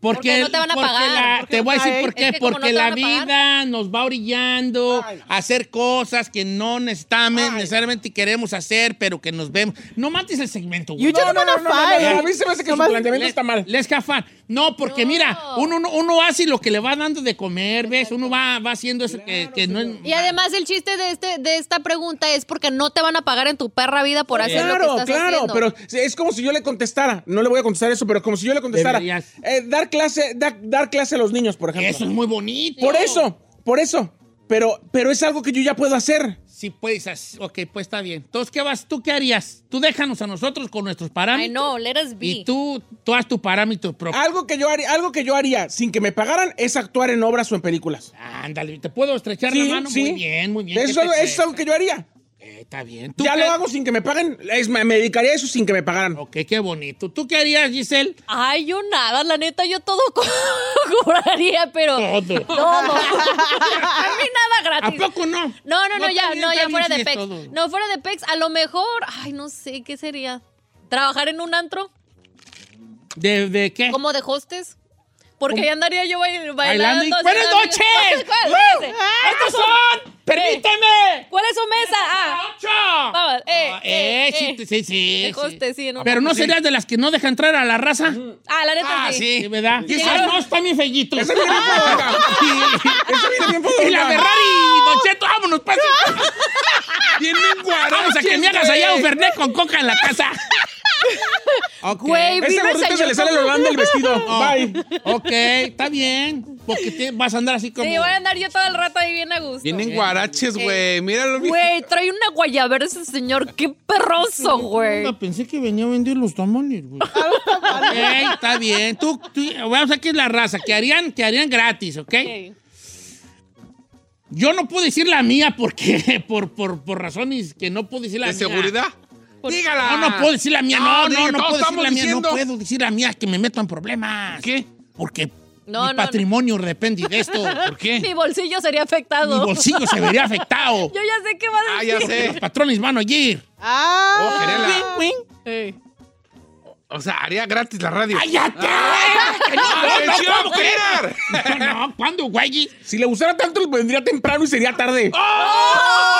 [SPEAKER 2] Porque,
[SPEAKER 4] Porque no te van a
[SPEAKER 2] porque
[SPEAKER 4] pagar,
[SPEAKER 2] la-
[SPEAKER 4] porque
[SPEAKER 2] te voy a decir
[SPEAKER 11] ay,
[SPEAKER 2] por qué.
[SPEAKER 4] es que como no
[SPEAKER 2] porque
[SPEAKER 4] te
[SPEAKER 2] la
[SPEAKER 4] van a
[SPEAKER 2] vida
[SPEAKER 4] pagar.
[SPEAKER 2] nos va orillando a hacer cosas que no necesitamos, necesariamente queremos hacer, pero que nos vemos. No mates el segmento, güey.
[SPEAKER 11] You just wanna fight.
[SPEAKER 3] a mí se me hace que su
[SPEAKER 11] Nomás-
[SPEAKER 3] planteamiento
[SPEAKER 2] Le-
[SPEAKER 3] está mal.
[SPEAKER 2] Les jafán. No, porque mira, uno, uno, uno hace lo que le va dando de comer, ¿ves? Uno va, va haciendo eso que, que no es.
[SPEAKER 4] Y además el chiste de este de esta pregunta es porque no te van a pagar en tu perra vida por hacer lo que
[SPEAKER 3] Claro,
[SPEAKER 4] estás
[SPEAKER 3] claro,
[SPEAKER 4] haciendo.
[SPEAKER 3] pero es como si yo le contestara, no le voy a contestar eso, pero como si yo le contestara,
[SPEAKER 2] Deberías.
[SPEAKER 3] eh, dar clase, da- dar clase a los niños, por ejemplo.
[SPEAKER 2] Eso es muy bonito.
[SPEAKER 3] por eso, por eso. Pero, pero es algo que yo ya puedo hacer.
[SPEAKER 2] Sí, pues, as- ok, pues está bien. Entonces, ¿qué vas? ¿Tú qué harías? Tú déjanos a nosotros con nuestros
[SPEAKER 4] Ay,
[SPEAKER 2] parámetros.
[SPEAKER 4] no, let us be.
[SPEAKER 2] Y tú, tú haz tu parámetro propio.
[SPEAKER 3] Algo que yo haría, algo que yo haría sin que me pagaran es actuar en obras o en películas.
[SPEAKER 2] Ándale, ¿te puedo estrechar
[SPEAKER 3] Sí,
[SPEAKER 2] la mano?
[SPEAKER 3] sí.
[SPEAKER 2] Muy bien, muy bien. ¿Qué
[SPEAKER 3] Eso,
[SPEAKER 2] te
[SPEAKER 3] eso es
[SPEAKER 2] cuesta?
[SPEAKER 3] algo que yo haría.
[SPEAKER 2] Eh, está bien. ¿Tú
[SPEAKER 3] Ya
[SPEAKER 2] qué-
[SPEAKER 3] lo hago sin que me paguen. Es, me me dedicaría a eso sin que me pagaran.
[SPEAKER 2] Ok, qué bonito. ¿Tú qué harías, Giselle?
[SPEAKER 4] Ay, yo nada, la neta, yo todo co- cobraría, pero.
[SPEAKER 2] Todo.
[SPEAKER 4] Todo. a mí nada
[SPEAKER 2] ¿A
[SPEAKER 4] gratis.
[SPEAKER 2] poco no?
[SPEAKER 4] No, no, no, ya,
[SPEAKER 2] te
[SPEAKER 4] no, ya
[SPEAKER 2] mientas,
[SPEAKER 4] fuera de
[SPEAKER 2] Giselle,
[SPEAKER 4] Pex.
[SPEAKER 2] todo.
[SPEAKER 4] No, fuera de Pex, a lo mejor, ay, no sé, ¿qué sería? ¿Trabajar en un antro?
[SPEAKER 2] ¿De, de qué?
[SPEAKER 4] ¿Como de hostes? Porque ahí andaría yo bail- bailando.
[SPEAKER 2] y-
[SPEAKER 4] así,
[SPEAKER 2] ¡Buenas
[SPEAKER 4] también.
[SPEAKER 2] noches!
[SPEAKER 4] ¿Cuál?
[SPEAKER 2] ¡Woo! Ah,
[SPEAKER 4] Ese.
[SPEAKER 2] ¡Estos son! ¡Permíteme!
[SPEAKER 4] ¿Cuál es su mesa? Ah,
[SPEAKER 2] ¡Ocho!
[SPEAKER 4] vamos, eh,
[SPEAKER 2] Ah,
[SPEAKER 4] eh,
[SPEAKER 2] eh, sí,
[SPEAKER 4] eh.
[SPEAKER 2] sí, sí,
[SPEAKER 4] De
[SPEAKER 2] sí.
[SPEAKER 4] coste, sí, en un-
[SPEAKER 2] Pero no serías de las que no deja entrar a la raza.
[SPEAKER 4] ah, la neta sí.
[SPEAKER 2] Sí, ¿verdad? Y esas no, están bien fellitos.
[SPEAKER 3] Eso viene bien podonga. Eso viene bien
[SPEAKER 2] Y la
[SPEAKER 3] podonga.
[SPEAKER 2] Ferrari, Don Cheto, vámonos, pues. Tiene un guarache. Vamos a que me hagas allá un Fernet con coca en la casa. Ok.
[SPEAKER 4] Güey,
[SPEAKER 3] Ese
[SPEAKER 4] vive
[SPEAKER 3] gordito se
[SPEAKER 4] señor
[SPEAKER 3] le sale
[SPEAKER 4] como-
[SPEAKER 3] Holanda el vestido.
[SPEAKER 2] Oh,
[SPEAKER 3] Bye.
[SPEAKER 2] Ok, está bien. Porque te- vas a andar así como.
[SPEAKER 4] Sí, voy a andar yo todo el rato ahí bien a gusto.
[SPEAKER 5] Vienen guaraches,
[SPEAKER 2] Eh,
[SPEAKER 5] güey. Míralo, mijo.
[SPEAKER 4] Güey, trae una guayabera ese señor. ¡Qué perroso, güey!
[SPEAKER 2] Onda, Pensé que venía a vender los tamales, güey.
[SPEAKER 4] Ah,
[SPEAKER 2] ok, está bien. Tú, tú, vamos aquí es la raza. Que harían, que harían gratis, ¿ok?
[SPEAKER 4] Ok.
[SPEAKER 2] Yo no puedo decir la mía porque, por, por, por razones que no puedo decir la
[SPEAKER 5] ¿De
[SPEAKER 2] mía.
[SPEAKER 5] seguridad? Dígala.
[SPEAKER 2] Pues, ah, No, no puedo decir la mía. No, no,
[SPEAKER 5] diga, todos
[SPEAKER 2] no, puedo decir
[SPEAKER 5] estamos
[SPEAKER 2] la mía.
[SPEAKER 5] diciendo.
[SPEAKER 2] No puedo decir la mía que me meto en problemas.
[SPEAKER 5] ¿Qué?
[SPEAKER 2] Porque
[SPEAKER 4] No,
[SPEAKER 2] mi
[SPEAKER 4] no,
[SPEAKER 2] patrimonio depende de esto. ¿Por qué?
[SPEAKER 4] Mi bolsillo sería afectado.
[SPEAKER 2] Mi bolsillo se vería afectado.
[SPEAKER 4] Yo ya sé qué va a
[SPEAKER 5] Ah,
[SPEAKER 4] decir.
[SPEAKER 5] ya
[SPEAKER 2] Porque Los
[SPEAKER 5] sé.
[SPEAKER 2] patrones van a oír.
[SPEAKER 11] Ah.
[SPEAKER 5] Oh, quería la-
[SPEAKER 4] Ey.
[SPEAKER 5] O sea, haría gratis la radio. Ah,
[SPEAKER 2] ¡Cállate!
[SPEAKER 5] ¡Atención,
[SPEAKER 2] No, no, ¿cómo que?
[SPEAKER 5] Peter!
[SPEAKER 2] No, no, ¿cuándo, güey?
[SPEAKER 3] Si le gustara tanto, vendría temprano y sería tarde.
[SPEAKER 2] ¡Oh!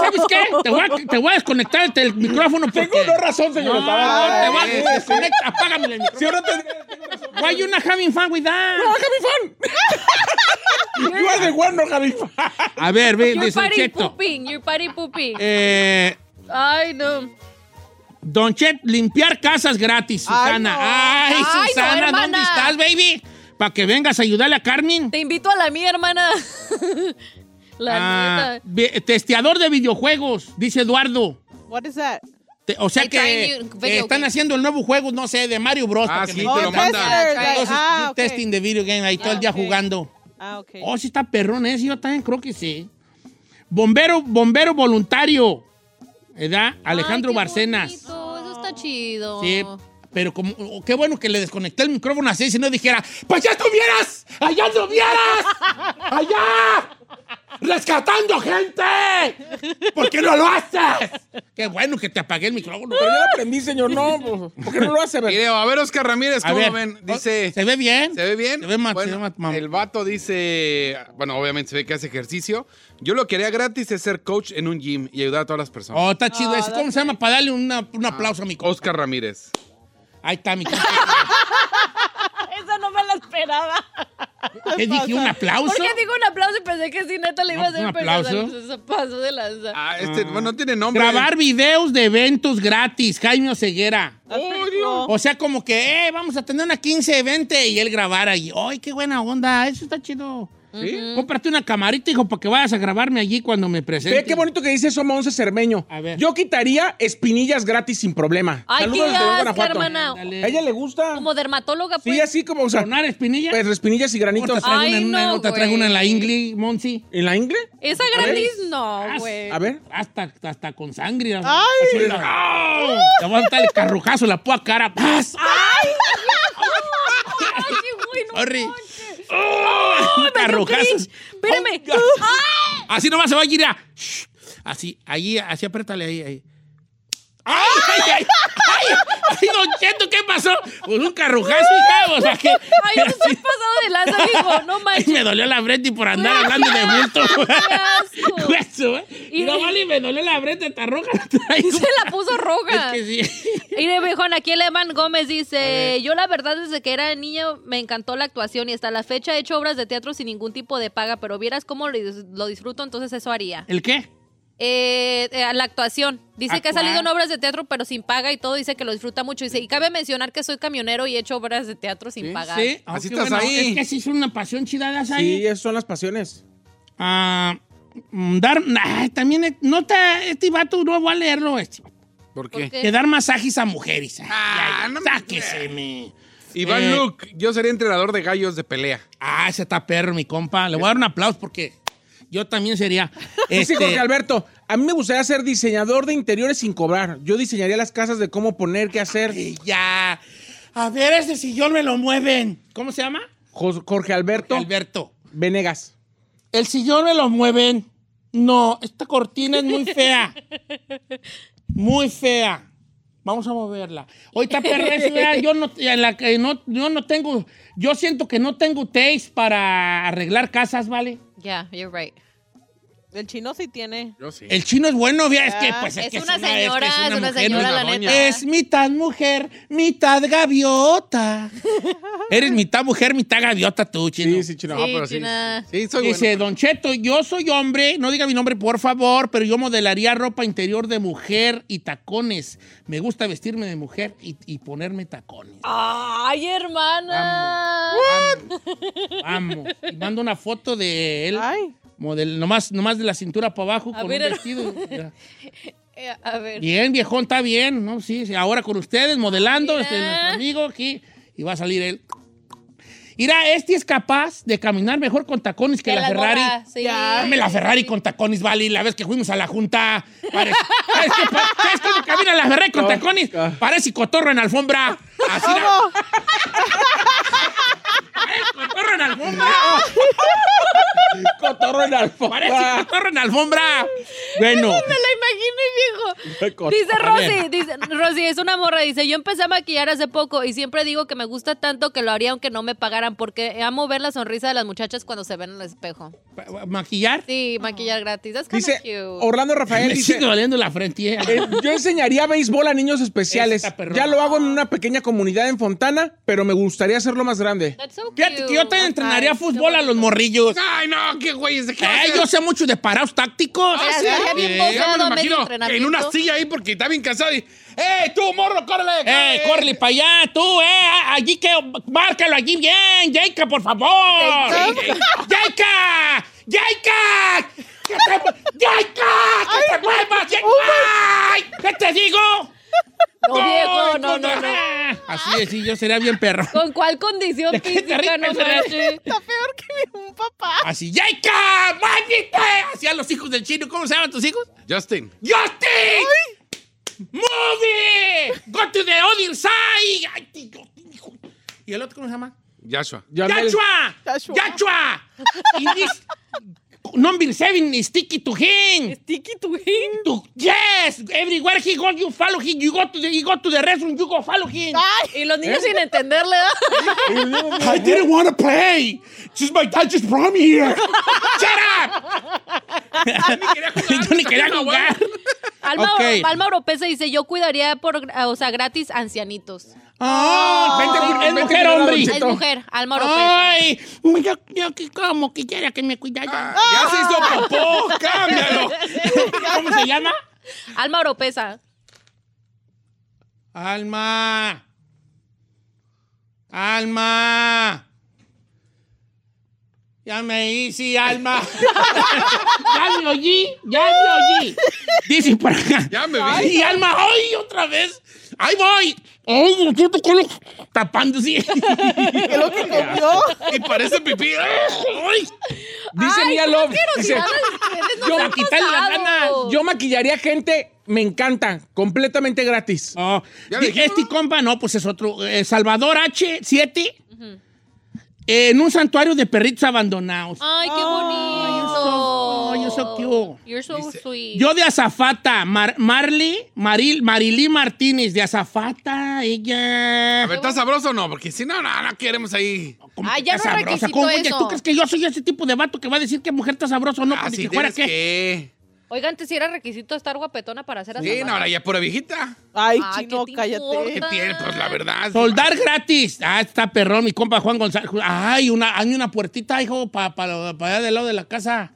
[SPEAKER 2] ¿Sabes qué? Te voy a, te voy a desconectar el, el micrófono porque...
[SPEAKER 3] Tengo una razón, señorita.
[SPEAKER 2] No, te voy a
[SPEAKER 3] Ay.
[SPEAKER 2] desconectar. Apágame el micrófono.
[SPEAKER 3] Si ahora te...
[SPEAKER 2] Why you not having fun with that?
[SPEAKER 3] You are the one, no having fun.
[SPEAKER 2] A ver, ve,
[SPEAKER 4] You're
[SPEAKER 2] dice Don
[SPEAKER 4] party
[SPEAKER 2] Cheto.
[SPEAKER 4] pooping, you're party pooping.
[SPEAKER 2] Eh,
[SPEAKER 4] Ay, no.
[SPEAKER 2] Don Chet, limpiar casas gratis, Susana. Ay,
[SPEAKER 4] Ay, no,
[SPEAKER 2] Susana, ¿dónde
[SPEAKER 4] hermana.
[SPEAKER 2] estás, baby? Para que vengas a ayudarle a Carmen.
[SPEAKER 4] Te invito a la mía, hermana. la
[SPEAKER 2] Ah, vi- testeador de videojuegos, dice Eduardo.
[SPEAKER 11] What is that?
[SPEAKER 2] Te- o sea
[SPEAKER 4] They
[SPEAKER 2] que
[SPEAKER 4] trying new
[SPEAKER 2] eh,
[SPEAKER 4] video
[SPEAKER 2] están
[SPEAKER 4] game.
[SPEAKER 2] haciendo el nuevo juego, no sé, de Mario Bros.
[SPEAKER 5] Ah,
[SPEAKER 2] porque
[SPEAKER 5] sí,
[SPEAKER 2] me
[SPEAKER 5] te lo
[SPEAKER 2] encantan.
[SPEAKER 11] Oh,
[SPEAKER 5] manda.
[SPEAKER 11] testers, like,
[SPEAKER 2] Entonces,
[SPEAKER 11] ah,
[SPEAKER 2] you
[SPEAKER 11] okay.
[SPEAKER 2] testing de video game ahí todo el día
[SPEAKER 4] ok.
[SPEAKER 2] jugando.
[SPEAKER 11] Ah, okay.
[SPEAKER 2] Oh, sí está perrón ese, yo también creo que sí. Bombero, bombero voluntario, ¿verdad? Alejandro
[SPEAKER 4] Ay, qué
[SPEAKER 2] Barcenas.
[SPEAKER 4] bonito, Eso está chido.
[SPEAKER 2] Sí, pero como, oh, qué bueno que le desconecté el micrófono así, si no dijera, ¡pues ya estuvieras! ¡Allá estuvieras! ¡Allá! ¡Rescatando gente! ¿Por qué no lo haces? Qué bueno que te apagué el micrófono.
[SPEAKER 3] Pero ya lo aprendí, señor. No, pues, ¿por qué no lo hace? A ver.
[SPEAKER 5] Mire, a ver, Oscar Ramírez,
[SPEAKER 2] A
[SPEAKER 5] ¿cómo
[SPEAKER 2] ver, Oh,
[SPEAKER 5] lo ven? Dice.
[SPEAKER 2] ¿Se ve bien?
[SPEAKER 5] ¿Se ve bien?
[SPEAKER 2] Se ve ma-
[SPEAKER 5] Bueno,
[SPEAKER 2] se ve ma- ma-
[SPEAKER 5] el vato dice, bueno, obviamente se ve que hace ejercicio. Yo lo que haría gratis es ser coach en un gym y ayudar a todas las personas.
[SPEAKER 2] Oh, está chido. ese. ¿Cómo se llama? Para darle una- un aplauso a mi cosa.
[SPEAKER 5] Oscar Ramírez.
[SPEAKER 2] Ahí está mi cosa.
[SPEAKER 4] Esa no me la esperaba.
[SPEAKER 2] ¿Qué dije? ¿Un aplauso?
[SPEAKER 4] Porque digo un aplauso y pensé que sí, neta le iba a
[SPEAKER 2] No, un
[SPEAKER 4] hacer, pero
[SPEAKER 2] aplauso.
[SPEAKER 4] se- se pasó de lanza.
[SPEAKER 5] Ah, este, bueno, no tiene nombre.
[SPEAKER 2] Grabar videos de eventos gratis. Jaime Oseguera.
[SPEAKER 11] That's pretty cool.
[SPEAKER 2] O sea, como que, eh, vamos a tener una 15, 20 y él grabar ahí. ¡Ay, qué buena onda! Eso está chido. Cómprate una camarita, hijo, para que vayas a grabarme allí cuando me presente.
[SPEAKER 3] Ve qué bonito que dice Soma 11 Cermeño.
[SPEAKER 2] A ver.
[SPEAKER 3] Yo quitaría espinillas gratis sin problema.
[SPEAKER 4] Ay, qué
[SPEAKER 3] Saludos desde
[SPEAKER 4] asco,
[SPEAKER 3] Guanajuato.
[SPEAKER 4] hermana.
[SPEAKER 3] A ella le gusta.
[SPEAKER 4] Como dermatóloga, pues.
[SPEAKER 3] sí, así como, o sea,
[SPEAKER 2] ¿Sonar espinilla?
[SPEAKER 3] pues, espinillas y granitos.
[SPEAKER 2] Ahorita traigo
[SPEAKER 4] Ay,
[SPEAKER 2] una, en una-
[SPEAKER 4] no,
[SPEAKER 2] ahorita traigo una en la
[SPEAKER 4] güey.
[SPEAKER 2] Ingli, Monsi.
[SPEAKER 3] ¿En la ingle?
[SPEAKER 4] Esa gratis,
[SPEAKER 2] Ah,
[SPEAKER 4] no, güey.
[SPEAKER 3] A ver.
[SPEAKER 2] Hasta, hasta con sangre. Ay.
[SPEAKER 11] Ay.
[SPEAKER 2] Te voy a dar el carrujazo, la púa cara. ¡Paz!
[SPEAKER 4] Ay, qué güey, no
[SPEAKER 2] Sorry.
[SPEAKER 4] manches.
[SPEAKER 2] Un
[SPEAKER 4] Ay, me dio
[SPEAKER 2] carrujazo.
[SPEAKER 4] cringe. Espérame. Ay,
[SPEAKER 2] Así nomás se va a girar. Shh. Así, ahí, así apriétale ahí, ahí. ¡Ay, ay, ay! ¡Ay! ¡Ay, don Cheto, ¿qué pasó? Pues un carrujazo, hija. O sea, que.
[SPEAKER 4] Ay, yo estoy pasado de lanza, hijo. No
[SPEAKER 2] Ay,
[SPEAKER 4] manches.
[SPEAKER 2] me dolió la frente y por andar hablando de bulto.
[SPEAKER 4] Qué asco.
[SPEAKER 2] Hueso, ¿eh? Y
[SPEAKER 4] Y-
[SPEAKER 2] no vale, me dolió la frente, está roja. traes
[SPEAKER 4] Se
[SPEAKER 2] un-
[SPEAKER 4] la puso
[SPEAKER 2] Es
[SPEAKER 4] roja.
[SPEAKER 2] que sí.
[SPEAKER 4] Y de mejor, aquí Leman Gómez dice, yo la verdad desde que era niña me encantó la actuación y hasta la fecha he hecho obras de teatro sin ningún tipo de paga, pero vieras cómo lo, dis- lo disfruto, entonces eso haría.
[SPEAKER 2] ¿El qué?
[SPEAKER 4] Eh, eh, la actuación. Dice que ha
[SPEAKER 2] Actuar.
[SPEAKER 4] salido en obras de teatro pero sin paga y todo, dice que lo disfruta mucho. Dice, y cabe mencionar que soy camionero y he hecho obras de teatro sin pagar.
[SPEAKER 2] Sí. Ah,
[SPEAKER 5] Así
[SPEAKER 2] qué
[SPEAKER 5] estás ahí.
[SPEAKER 2] Es que sí es una pasión chida de ahí.
[SPEAKER 3] Sí, esas son las pasiones.
[SPEAKER 2] Ah, mm, dar. ay, también eh, no te, este vato no voy a leerlo. Este.
[SPEAKER 5] ¿Por
[SPEAKER 4] ¿Por
[SPEAKER 5] qué?
[SPEAKER 4] qué?
[SPEAKER 2] Que dar masajes a mujeres. Ay,
[SPEAKER 5] Ah,
[SPEAKER 2] ay,
[SPEAKER 5] no me-
[SPEAKER 2] sáquese, me.
[SPEAKER 5] Iván
[SPEAKER 2] Eh.
[SPEAKER 5] Luke, yo sería entrenador de gallos de pelea.
[SPEAKER 2] Ah, ese está perro, mi compa. Le voy a dar un aplauso porque yo también sería.
[SPEAKER 3] Dice
[SPEAKER 2] este,
[SPEAKER 3] Jorge Alberto, a mí me gustaría ser diseñador de interiores sin cobrar. Yo diseñaría las casas de cómo poner, qué hacer.
[SPEAKER 2] ay, ya. A ver, ese sillón me lo mueven. ¿Cómo se llama?
[SPEAKER 3] Jo- Jorge Alberto
[SPEAKER 2] Alberto.
[SPEAKER 3] Venegas.
[SPEAKER 2] El sillón me lo mueven. No, esta cortina es muy fea. Muy fea. Vamos a moverla. Hoy está perra eso, ¿verdad? yo no, en la que no- yo no tengo, yo siento que no tengo taste para arreglar casas, ¿vale?
[SPEAKER 4] Yeah, you're right.
[SPEAKER 11] El chino sí tiene.
[SPEAKER 5] Yo sí.
[SPEAKER 2] El chino es bueno, ¿verdad? es que pues es,
[SPEAKER 4] Ah, Es
[SPEAKER 2] que
[SPEAKER 4] una
[SPEAKER 2] que
[SPEAKER 4] señora, es una
[SPEAKER 2] mujer,
[SPEAKER 4] señora,
[SPEAKER 2] no
[SPEAKER 4] la
[SPEAKER 2] doña.
[SPEAKER 4] neta.
[SPEAKER 2] Es mitad mujer, mitad gaviota. Eres mitad mujer, mitad gaviota tú, chino.
[SPEAKER 3] Sí, sí, chino.
[SPEAKER 4] Sí, China.
[SPEAKER 5] Sí, soy
[SPEAKER 2] Dice,
[SPEAKER 5] bueno.
[SPEAKER 2] Don Cheto, yo soy hombre, no diga mi nombre por favor, pero yo modelaría ropa interior de mujer y tacones. Me gusta vestirme de mujer y, y ponerme tacones.
[SPEAKER 4] Ay, hermana.
[SPEAKER 2] Amo. Y mando una foto de él,
[SPEAKER 11] Ay.
[SPEAKER 2] model, nomás, nomás de la cintura para abajo,
[SPEAKER 4] A
[SPEAKER 2] con
[SPEAKER 4] ver,
[SPEAKER 2] un
[SPEAKER 4] era-
[SPEAKER 2] vestido.
[SPEAKER 4] Eh, a ver.
[SPEAKER 2] Bien, viejón, está bien, ¿no? Sí, sí, ahora con ustedes, modelando,
[SPEAKER 4] Mira.
[SPEAKER 2] este, nuestro amigo aquí, y va a salir él. Mira, este es capaz de caminar mejor con tacones que,
[SPEAKER 4] Que
[SPEAKER 2] la,
[SPEAKER 4] la
[SPEAKER 2] Ferrari.
[SPEAKER 4] gorra, sí.
[SPEAKER 2] Dame la Ferrari con tacones, vale. La vez que fuimos a la junta, parece, ¿sabes, qué pa- sabes cómo camina la Ferrari con tacones? Parece cotorro en alfombra. Así la- Parece cotorro en alfombra.
[SPEAKER 3] Cotorro en alfombra.
[SPEAKER 2] Parece cotorro en alfombra. Bueno,
[SPEAKER 4] Me la imaginé, viejo. Dice
[SPEAKER 3] A ver.
[SPEAKER 4] Rosy, dice, Rosy, es una morra, dice, yo empecé a maquillar hace poco y siempre digo que me gusta tanto que lo haría aunque no me pagaran porque amo ver la sonrisa de las muchachas cuando se ven en el espejo.
[SPEAKER 2] ¿Maquillar?
[SPEAKER 4] Sí, maquillar gratis. That's kinda
[SPEAKER 3] Dice
[SPEAKER 4] cute.
[SPEAKER 3] Orlando Rafael
[SPEAKER 2] Me
[SPEAKER 3] dice,
[SPEAKER 2] sigue valiendo la frente. eh.
[SPEAKER 3] Eh, yo enseñaría béisbol a niños especiales.
[SPEAKER 2] Esta perrona.
[SPEAKER 3] Ya lo hago en una pequeña comunidad en Fontana, pero me gustaría hacerlo más grande.
[SPEAKER 4] That's so
[SPEAKER 2] Fíjate que
[SPEAKER 4] cute.
[SPEAKER 2] yo te entrenaría
[SPEAKER 4] Ay,
[SPEAKER 2] fútbol a los morrillos.
[SPEAKER 5] Ay, no, qué güey es de qué. va a
[SPEAKER 2] Eh,
[SPEAKER 5] ser?
[SPEAKER 2] yo sé mucho de parados tácticos.
[SPEAKER 4] Ah, estaría bien
[SPEAKER 5] Eh, yo
[SPEAKER 4] posado,
[SPEAKER 5] me lo
[SPEAKER 4] medio
[SPEAKER 5] imagino en
[SPEAKER 4] entrenamiento.
[SPEAKER 5] una silla ahí porque está bien cansado y. ¡Eh, tú, morro, córrele!
[SPEAKER 2] Eh, córrele para allá, tú, eh, ah, allí que, márcalo allí bien, Jaika, por favor. Jaika, Jaika, que te, mu- Jaika, que te muevas, Jaika. Ay, ¿Qué te digo?
[SPEAKER 11] ¡Oh,
[SPEAKER 4] No, viejo, no, no,
[SPEAKER 2] contra-
[SPEAKER 4] no.
[SPEAKER 2] Ah, Así es, sí, yo sería bien perro.
[SPEAKER 4] ¿Con cuál condición
[SPEAKER 2] ¿De qué te
[SPEAKER 4] física no
[SPEAKER 2] ríes, Ferrari?
[SPEAKER 4] manches?
[SPEAKER 11] Está peor que mi un papá.
[SPEAKER 2] Así, Jaika, mándite. Así a los hijos del chino, ¿cómo se llaman tus hijos?
[SPEAKER 5] Justin.
[SPEAKER 2] Justin! Move it! Go to the other side! Ay, tío, hijo. ¿Y el otro cómo se llama?
[SPEAKER 5] Joshua.
[SPEAKER 2] ¡Yachua!
[SPEAKER 11] Yachua.
[SPEAKER 2] ¡Yachua! In this- Number seven, stick it to him!
[SPEAKER 11] Sticky to him.
[SPEAKER 2] To- yes! Everywhere he goes, you follow him. You go to the, you go to the restroom, you go follow him.
[SPEAKER 4] Y los niños sin entenderle. ¿verdad?
[SPEAKER 2] I didn't want to play. Just my dad just brought me here. Shut up! Yo ni quería jugar.
[SPEAKER 4] Alma,
[SPEAKER 2] Ok.
[SPEAKER 4] Alma Oropesa dice, yo cuidaría por, ah, o sea, gratis ancianitos.
[SPEAKER 2] Ah, es mujer, hombre.
[SPEAKER 4] Es mujer, Alma Oropesa.
[SPEAKER 2] Ay, yo, yo que como quisiera que me cuidara.
[SPEAKER 5] Ah, ¡Ya se hizo popó! ¡Cámbialo!
[SPEAKER 2] ¿Cómo se llama?
[SPEAKER 4] Alma Oropesa.
[SPEAKER 2] Alma. Alma. Ya me hice, Alma. ya me oí, ya me oí. Dice por acá.
[SPEAKER 5] Ya me vi.
[SPEAKER 2] Ay, Alma, ay, otra vez. Ahí voy. Ay, me siento con los tapándose.
[SPEAKER 11] Que lo que comió.
[SPEAKER 5] Y parece pipí.
[SPEAKER 2] Ay,
[SPEAKER 3] Dice Mia Love, dice,
[SPEAKER 2] yo me quitarle las ganas.
[SPEAKER 3] yo maquillaría gente, me encanta, completamente gratis.
[SPEAKER 2] No,
[SPEAKER 5] Ah, ¿Ya
[SPEAKER 2] di-
[SPEAKER 5] dijimos?
[SPEAKER 2] este compa, no, pues es otro. eh, Salvador H7. eh, en un santuario de perritos abandonados.
[SPEAKER 4] Ay, qué
[SPEAKER 2] Oh,
[SPEAKER 4] bonito.
[SPEAKER 2] you're so- oh, you're so cute.
[SPEAKER 4] You're so sweet.
[SPEAKER 2] Yo de azafata, Mar- Marley, Maril, Marilí Martínez, de azafata, ella.
[SPEAKER 5] A ver, ¿está sabroso o no? Porque si no, no, no queremos ahí.
[SPEAKER 2] ¿Cómo
[SPEAKER 4] Ah,
[SPEAKER 2] que
[SPEAKER 4] ya
[SPEAKER 2] está
[SPEAKER 4] no
[SPEAKER 2] sabrosa?
[SPEAKER 4] requisito
[SPEAKER 2] ¿Cómo, oye,
[SPEAKER 4] eso.
[SPEAKER 2] ¿Tú crees que yo soy ese tipo de vato que va a decir que mujer está sabrosa o no?
[SPEAKER 5] Ah,
[SPEAKER 2] Como
[SPEAKER 5] si
[SPEAKER 2] si fuera
[SPEAKER 5] tienes
[SPEAKER 2] que.
[SPEAKER 5] que.
[SPEAKER 4] Oigan, antes sí era requisito estar guapetona para hacer
[SPEAKER 5] Sí, no,
[SPEAKER 4] azafata.
[SPEAKER 5] ahora ya pura viejita.
[SPEAKER 11] Ay,
[SPEAKER 4] Ah,
[SPEAKER 11] chino,
[SPEAKER 4] ¿qué te
[SPEAKER 11] cállate.
[SPEAKER 5] ¿Qué tiene? Pues la verdad.
[SPEAKER 2] Soldar gratis. Ah, está perrón, mi compa Juan González. Ay, una, hay una puertita, hijo, para allá del lado de la casa.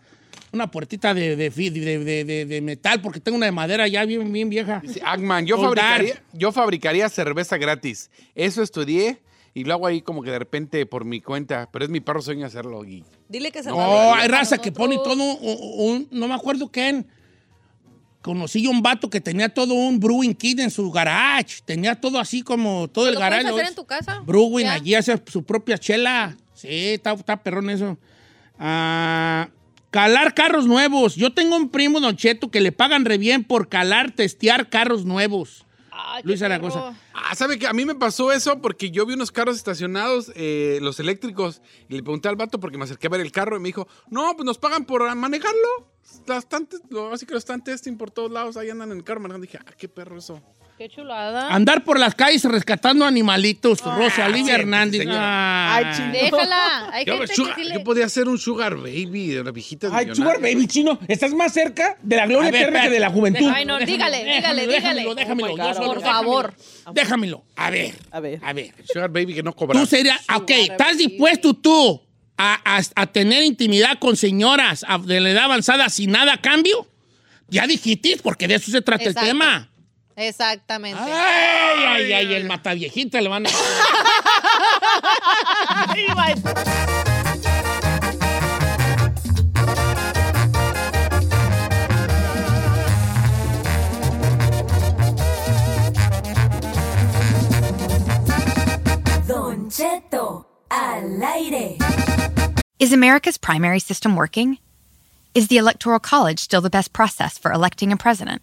[SPEAKER 2] Una puertita de, de, fi- de- de- de- de metal, porque tengo una de madera ya bien, bien vieja.
[SPEAKER 5] Dice, Agman, yo
[SPEAKER 2] Soldar.
[SPEAKER 5] fabricaría, yo fabricaría cerveza gratis. Eso estudié y lo hago ahí como que de repente por mi cuenta. Pero es mi perro sueño hacerlo. Y
[SPEAKER 4] Dile que se
[SPEAKER 2] No, hay raza que pone todo un, un- No me acuerdo quién. Conocí yo un vato que tenía todo un brewing kit en su garage. Tenía todo así como todo el
[SPEAKER 4] ¿Lo
[SPEAKER 2] garage.
[SPEAKER 4] puedes hacer en tu casa?
[SPEAKER 2] Brewing,
[SPEAKER 4] Ya.
[SPEAKER 2] allí hace su propia chela. Sí, está, está perrón eso. Ah, calar carros nuevos. Yo tengo un primo, Don Cheto, que le pagan re bien por calar, testear carros nuevos. Luis Zaragoza.
[SPEAKER 5] Ah, ¿sabe qué? A mí me pasó eso porque yo vi unos carros estacionados, eh, los eléctricos, y le pregunté al vato porque me acerqué a ver el carro y me dijo, no, pues nos pagan por manejarlo. Las tantes, lo, así que los están testing por todos lados, ahí andan en el carro manejando. Dije, ah, qué perro eso.
[SPEAKER 4] Qué chulada.
[SPEAKER 2] Andar por las calles rescatando animalitos.
[SPEAKER 4] Ah.
[SPEAKER 2] Rosa Olivia Hernández. Ah.
[SPEAKER 11] Ay, chino.
[SPEAKER 4] Déjala. Hay
[SPEAKER 5] Yo,
[SPEAKER 4] gente
[SPEAKER 5] sugar-
[SPEAKER 4] que sí
[SPEAKER 5] yo
[SPEAKER 4] le...
[SPEAKER 5] podía ser un sugar baby de la viejita.
[SPEAKER 3] Ay,
[SPEAKER 5] millonaria.
[SPEAKER 3] sugar baby chino, estás más cerca de la gloria
[SPEAKER 2] A ver,
[SPEAKER 3] eterna que
[SPEAKER 2] espérate.
[SPEAKER 3] de la juventud.
[SPEAKER 4] Ay, no, dígale, dígale,
[SPEAKER 2] déjamelo,
[SPEAKER 4] dígale.
[SPEAKER 2] Déjamelo,
[SPEAKER 11] Oh my
[SPEAKER 2] yo
[SPEAKER 11] God,
[SPEAKER 2] solo,
[SPEAKER 4] por
[SPEAKER 2] déjamelo.
[SPEAKER 4] favor.
[SPEAKER 2] Déjamelo. A ver.
[SPEAKER 11] A ver.
[SPEAKER 2] A ver.
[SPEAKER 5] Sugar baby que no cobraba.
[SPEAKER 2] Tú serías, ok, ¿estás dispuesto tú a, a- a tener intimidad con señoras a- de la edad avanzada sin nada a cambio? Ya dijiste, porque de eso se trata
[SPEAKER 4] Exacto.
[SPEAKER 2] el tema.
[SPEAKER 4] Exactamente.
[SPEAKER 2] Ay, ay, ay, el mataviejita le van a...
[SPEAKER 12] Don Cheto, al aire.
[SPEAKER 13] Is America's primary system working? Is the Electoral College still the best process for electing a president?